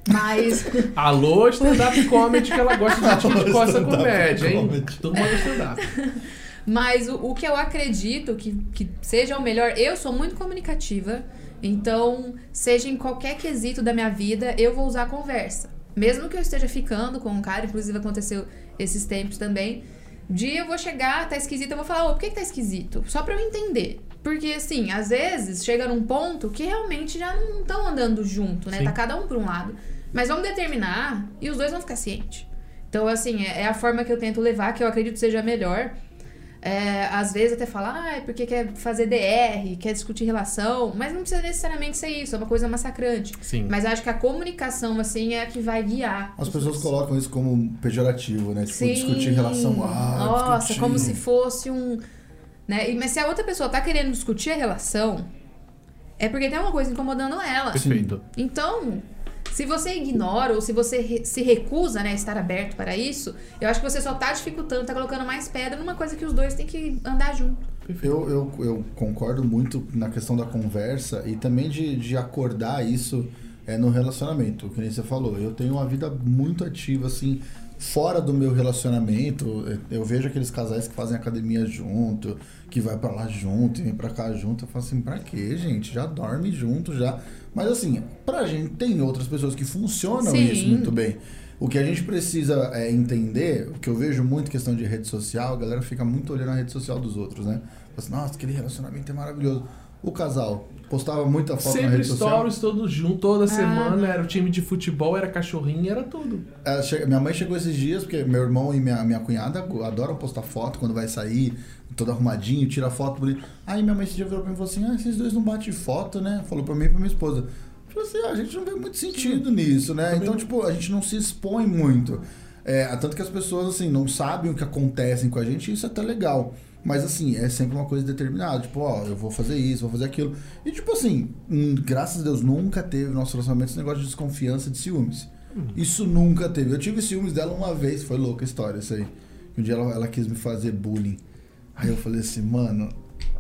mas. Alô, stand-up comedy, que ela gosta de gente que Alô, gosta stand-up comédia, hein? comedy. Todo mundo é stand-up. Mas o, o que eu acredito que, que seja o melhor, eu sou muito comunicativa, então, seja em qualquer quesito da minha vida, eu vou usar a conversa. Mesmo que eu esteja ficando com um cara, inclusive aconteceu esses tempos também. um Dia eu vou chegar, tá esquisito, eu vou falar, ô, por que, que tá esquisito? Só pra eu entender. Porque, assim, às vezes chega num ponto que realmente já não estão andando junto, né? Sim. Tá cada um pra um lado. Mas vamos determinar e os dois vão ficar cientes. Então, assim, é é a forma que eu tento levar, que eu acredito seja a melhor. É, às vezes até fala, ah, é porque quer fazer DR, quer discutir relação, mas não precisa necessariamente ser isso, é uma coisa massacrante. Sim. Mas acho que a comunicação, assim, é a que vai guiar. As os pessoas dois. colocam isso como pejorativo, né? Tipo, Sim. discutir em relação a. Nossa, discutir. como se fosse um. Né? E- Mas se a outra pessoa tá querendo discutir a relação, é porque tem alguma coisa incomodando ela. Perfeito. Então, se você ignora ou se você re- se recusa né, a estar aberto para isso, eu acho que você só tá dificultando, tá colocando mais pedra numa coisa que os dois têm que andar junto. Eu, eu, eu concordo muito na questão da conversa e também de, de acordar isso é, no relacionamento, que nem você falou. Eu tenho uma vida muito ativa, assim, fora do meu relacionamento. Eh, Eu- Eu vejo aqueles casais que fazem academia junto, que vai pra lá junto e vem pra cá junto. Eu falo assim, pra quê, gente? Já dorme junto, já. Mas assim, pra gente tem outras pessoas que funcionam Sim. isso muito bem. O que a gente precisa é, entender, o que eu vejo muito questão de rede social, a galera fica muito olhando a rede social dos outros, né? Fala assim, Nossa, aquele relacionamento é maravilhoso. O casal postava muita foto na Sempre rede social. stories todos juntos, toda semana. Era o time de futebol, era cachorrinho, era tudo. Ela É, che- Minha mãe chegou esses dias, porque meu irmão e minha, minha cunhada go- adoram postar foto quando vai sair, todo arrumadinho, tira foto bonita. Aí minha mãe esse dia virou pra mim e falou assim: Ah, esses dois não batem foto, né? Falou pra mim e pra minha esposa. Eu Falei assim: ah, a gente não vê muito sentido nisso, né? Então, tipo, a gente não se expõe muito. É, tanto que as pessoas, assim, não sabem o que acontecem com a gente, isso é até legal. Mas, assim, é sempre uma coisa determinada. Tipo, ó, eu vou fazer isso, vou fazer aquilo. E, tipo assim, hum, graças a Deus, nunca teve no nosso relacionamento esse negócio de desconfiança, de ciúmes. Isso nunca teve. Eu tive ciúmes dela uma vez, foi louca a história isso aí. Um dia ela, ela quis me fazer bullying. Aí eu falei assim, mano.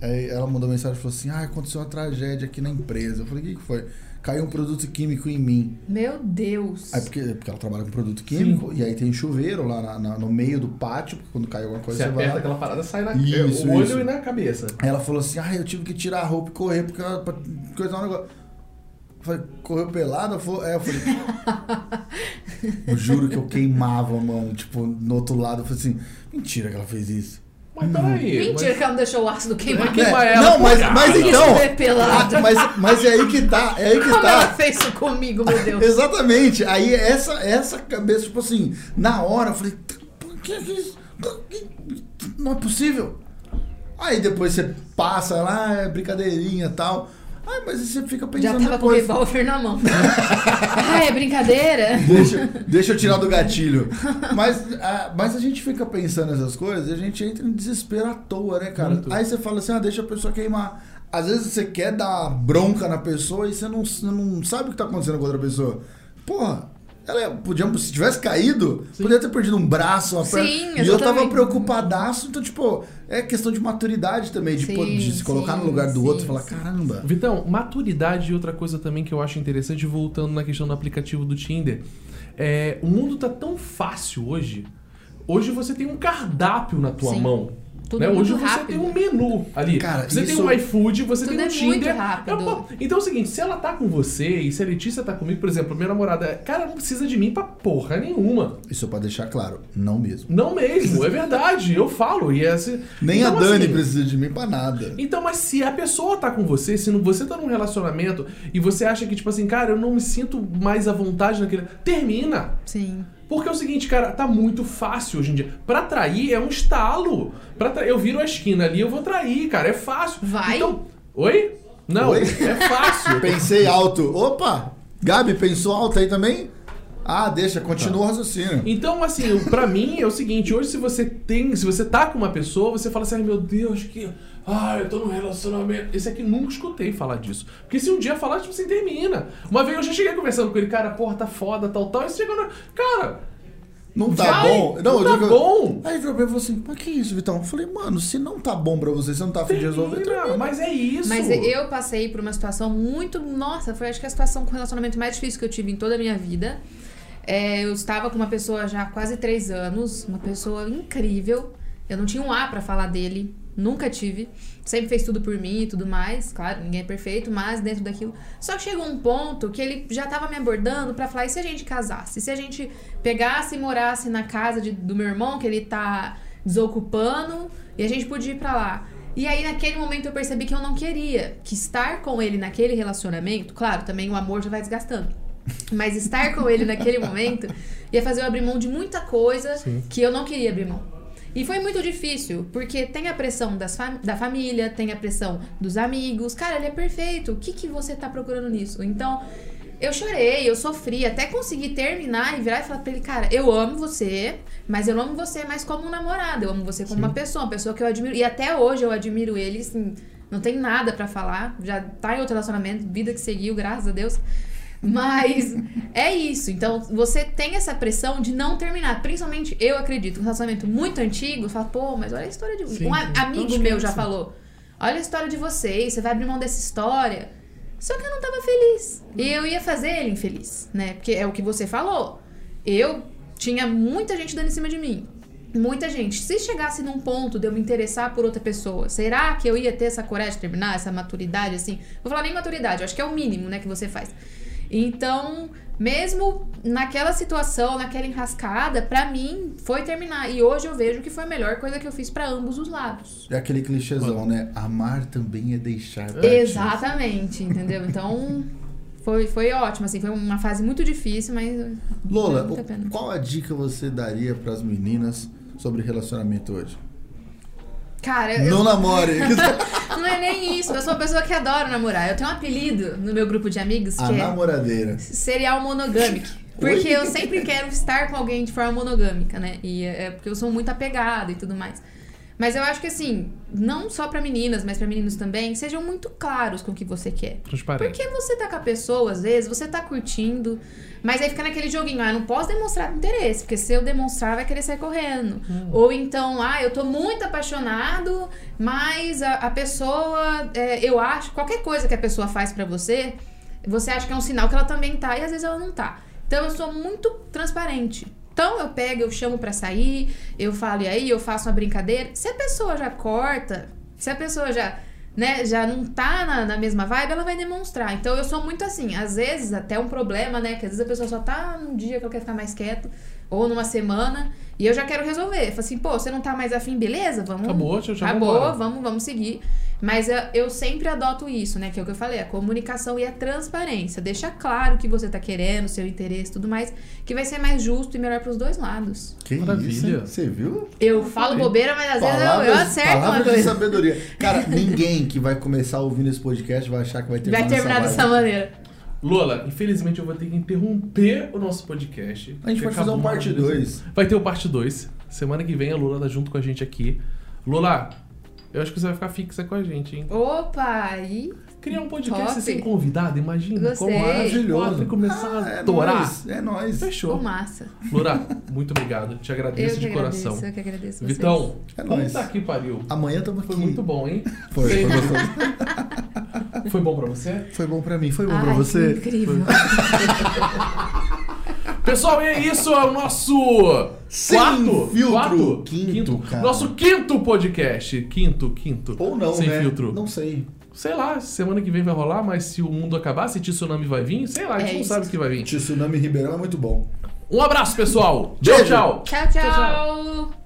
Aí ela mandou mensagem e falou assim: Ah, aconteceu uma tragédia aqui na empresa. Eu falei: O que que foi? Caiu um produto químico em mim. Meu Deus. Aí porque, porque ela trabalha com produto químico e aí tem chuveiro lá na- na- no meio do pátio, porque quando cai alguma coisa Você você, vai. aperta lá. aquela parada, sai na Isso, é, o olho isso. e na cabeça. Aí ela falou assim: Ah, eu tive que tirar a roupa e correr porque ela, pra coisar um negócio. Eu falei, correu pelada? Eu falei- É, eu falei. eu juro que eu queimava, mano. Tipo, no outro lado, eu falei assim: Mentira que ela fez isso. Mas peraí. Mentira que ela não deixou o ácido queimar. É que- Queima É, ela, não, mas, porra. mas Isso então. é pelado. Ah, mas, mas é aí que tá, é aí que Como ela tá. fez isso comigo, meu Deus. Exatamente. Aí essa, essa cabeça, tipo assim, na hora eu falei, "Tá, por que que isso? Não é possível. Aí depois você passa lá, é brincadeirinha e tal. Ah, mas aí você fica Já pensando tava com o depois. revólver na mão. ah, é brincadeira? Deixa, deixa eu tirar do gatilho. Mas a, mas a gente fica pensando nessas coisas e a gente entra em desespero à toa, né, cara? Muito. Aí você fala assim, ah, deixa a pessoa queimar. Às vezes você quer dar bronca na pessoa e você não, você não sabe o que tá acontecendo com a outra pessoa. Porra, ela é- podia, se tivesse caído, podia ter perdido um braço, uma perna. Sim, e eu tava exatamente. preocupadaço, então, tipo, é questão de maturidade também, de, Sim, pô- de se colocar sim, no lugar do outro e sim, falar, sim. caramba. Vitão, maturidade e outra coisa também que eu acho interessante, voltando na questão do aplicativo do Tinder. É, o mundo tá tão fácil hoje. Hoje você tem um cardápio na tua Sim. mão. Tudo né? muito Hoje você rápido. tem um menu ali. Cara, você tem isso- um iFood, você Tudo tem um é Tinder. muito rápido. É uma- Então é o seguinte, se ela tá com você e se a Letícia tá comigo, por exemplo, minha namorada, cara, não precisa de mim pra porra nenhuma. Isso é pra deixar claro, não mesmo. Não mesmo, é verdade, eu falo. E é assim- Nem Então, a Dani assim, precisa de mim pra nada. Então, mas se a pessoa tá com você, se não, você tá num relacionamento e você acha que, tipo assim, cara, eu não me sinto mais à vontade naquele. Termina! Sim. Porque é o seguinte, cara, tá muito fácil hoje em dia. Pra trair é um estalo. Pra tra... Eu viro a esquina ali, eu vou trair, cara, é fácil. Vai? Então. Oi? Não, Oi? é fácil. Pensei alto. Opa! Gabi, pensou alto aí também? Ah, deixa, Tá. continua o raciocínio. Então, assim, o- pra mim é o seguinte, hoje se você tem, se você tá com uma pessoa, você fala assim, ai meu Deus, que. Ah, eu tô num relacionamento. Esse aqui nunca escutei falar disso. Porque se um dia falar, tipo, você termina. Uma vez eu já cheguei conversando com ele, cara, porra, tá foda, tal, tal, e você chegou na. Cara, Não tá vai, bom? não eu tá digo- bom. Aí virou pra mim e falou assim: Mas que isso, Vitão? Eu falei, mano, se não tá bom pra você, se não tá afim de resolver, termina, termina. mas é isso. Mas eu passei por uma situação muito. Nossa, foi acho que a situação com o relacionamento mais difícil que eu tive em toda a minha vida. É, eu estava com uma pessoa já há quase três anos, uma pessoa incrível. Eu não tinha um A pra falar dele, nunca tive. Sempre fez tudo por mim e tudo mais. Claro, ninguém é perfeito, mas dentro daquilo. Só que chegou um ponto que ele já tava me abordando pra falar: e se a gente casasse? E se a gente pegasse e morasse na casa de- do meu irmão, que ele tá desocupando, e a gente podia ir pra lá? E aí, naquele momento, eu percebi que eu não queria. Que estar com ele naquele relacionamento, claro, também o amor já vai desgastando. Mas estar com ele naquele momento ia fazer eu abrir mão de muita coisa que eu não queria abrir mão. E foi muito difícil, porque tem a pressão das fam- da família, tem a pressão dos amigos. Cara, ele é perfeito. O que, que você tá procurando nisso? Então, eu chorei, eu sofri, até conseguir terminar e virar e falar pra ele, cara, eu amo você, mas eu não amo você mais como um namorado. Eu amo você como uma pessoa, uma pessoa que eu admiro. E até hoje eu admiro ele, assim, não tem nada pra falar. Já tá em outro relacionamento, vida que seguiu, graças a Deus. Mas é isso. Então, você tem essa pressão de não terminar. Principalmente, eu acredito, um relacionamento muito antigo, fala, pô, mas olha a história de. Sim, um sim. a- amigo Todo meu mundo já sim. falou: olha a história de vocês, você vai abrir mão dessa história. Só que eu não tava feliz. E eu ia fazer ele infeliz, né? Porque é o que você falou. Eu tinha muita gente dando em cima de mim. Muita gente. Se chegasse num ponto de eu me interessar por outra pessoa, será que eu ia ter essa coragem de terminar, essa maturidade, assim? Vou falar nem maturidade, eu acho que é o mínimo, né, que você faz. Então, mesmo naquela situação, naquela enrascada, pra mim foi terminar. E hoje eu vejo que foi a melhor coisa que eu fiz pra ambos os lados. É aquele clichêzão, né? Amar também é deixar. partir. Exatamente, entendeu? Então, foi, foi ótimo, assim, foi uma fase muito difícil, mas. Lola, Vale muito a o- pena. qual a dica você daria pras meninas sobre relacionamento hoje? Cara, eu, Não namore! não é nem isso. Eu sou uma pessoa que adora namorar. Eu tenho um apelido no meu grupo de amigos que a é namoradeira. serial monogâmico. Porque eu sempre quero estar com alguém de forma monogâmica, né? E é é porque eu sou muito apegada e tudo mais. Mas eu acho que assim, não só pra meninas, mas pra meninos também, sejam muito claros com o que você quer. Transparente. Porque você tá com a pessoa, às vezes, você tá curtindo, mas aí fica naquele joguinho, ah, eu não posso demonstrar interesse, porque se eu demonstrar, vai querer sair correndo. Ou então, ah, eu tô muito apaixonado, mas a, a pessoa, é, eu acho, qualquer coisa que a pessoa faz pra você, você acha que é um sinal que ela também tá, e às vezes ela não tá. Então eu sou muito transparente. Então eu pego, eu chamo pra sair, eu falo, e aí eu faço uma brincadeira. Se a pessoa já corta, se a pessoa já, né, já não tá na, na mesma vibe, ela vai demonstrar. Então eu sou muito assim, às vezes até um problema, né? Que às vezes a pessoa só tá num dia que eu quero ficar mais quieto, ou numa semana, e eu já quero resolver. Falo assim, pô, você não tá mais afim, beleza? Vamos. Acabou, tchau, tchau, Acabou, vambora. vamos, vamos seguir. Mas eu, eu sempre adoto isso, né? Que é o que eu falei, a comunicação e a transparência. Deixa claro o que você tá querendo, seu interesse e tudo mais, que vai ser mais justo e melhor pros dois lados. Que Maravilha. isso, hein? Você viu? Eu falo bobeira, mas às vezes eu, eu Palavras- acerto uma palavras de coisa. sabedoria. Cara, ninguém que vai começar ouvindo esse podcast vai achar que vai terminar, Vai terminar nessa dessa vibe. maneira. Lola, infelizmente eu vou ter que interromper o nosso podcast. A gente que pode fazer acabou um parte maravilhoso. 2. Vai ter o parte 2. Semana que vem a Lola tá junto com a gente aqui. Lola, eu acho que você vai ficar fixa com a gente, hein? Opa, aí. Criar um podcast Top. sem convidado, imagina. Gostei. Como Maravilhoso. maravilhoso. começar a é torar. nóis, é nóis. Fechou. Ô, massa. Lola, muito obrigado. Te agradeço eu que de agradeço, coração. eu que agradeço. vocês. Vitão, É como nóis. tá aqui, pariu? Amanhã estamos aqui. Foi muito bom, hein? Foi, foi Sempre. gostoso. Foi bom pra você? Foi bom pra mim, foi bom Ai, pra que você. Incrível. Pessoal, e é isso, é o nosso Sem quarto, filtro. quarto, Quinto, cara. nosso quinto podcast, quinto, quinto, Ou não, sem né? filtro. Não sei. Sei lá, semana que vem vai rolar, mas se o mundo acabar, se tsunami vai vir, sei lá, a gente É não isso. sabe o que vai vir. Tsunami Ribeirão é muito bom. Um abraço, pessoal. Beijo. tchau. tchau. tchau. tchau.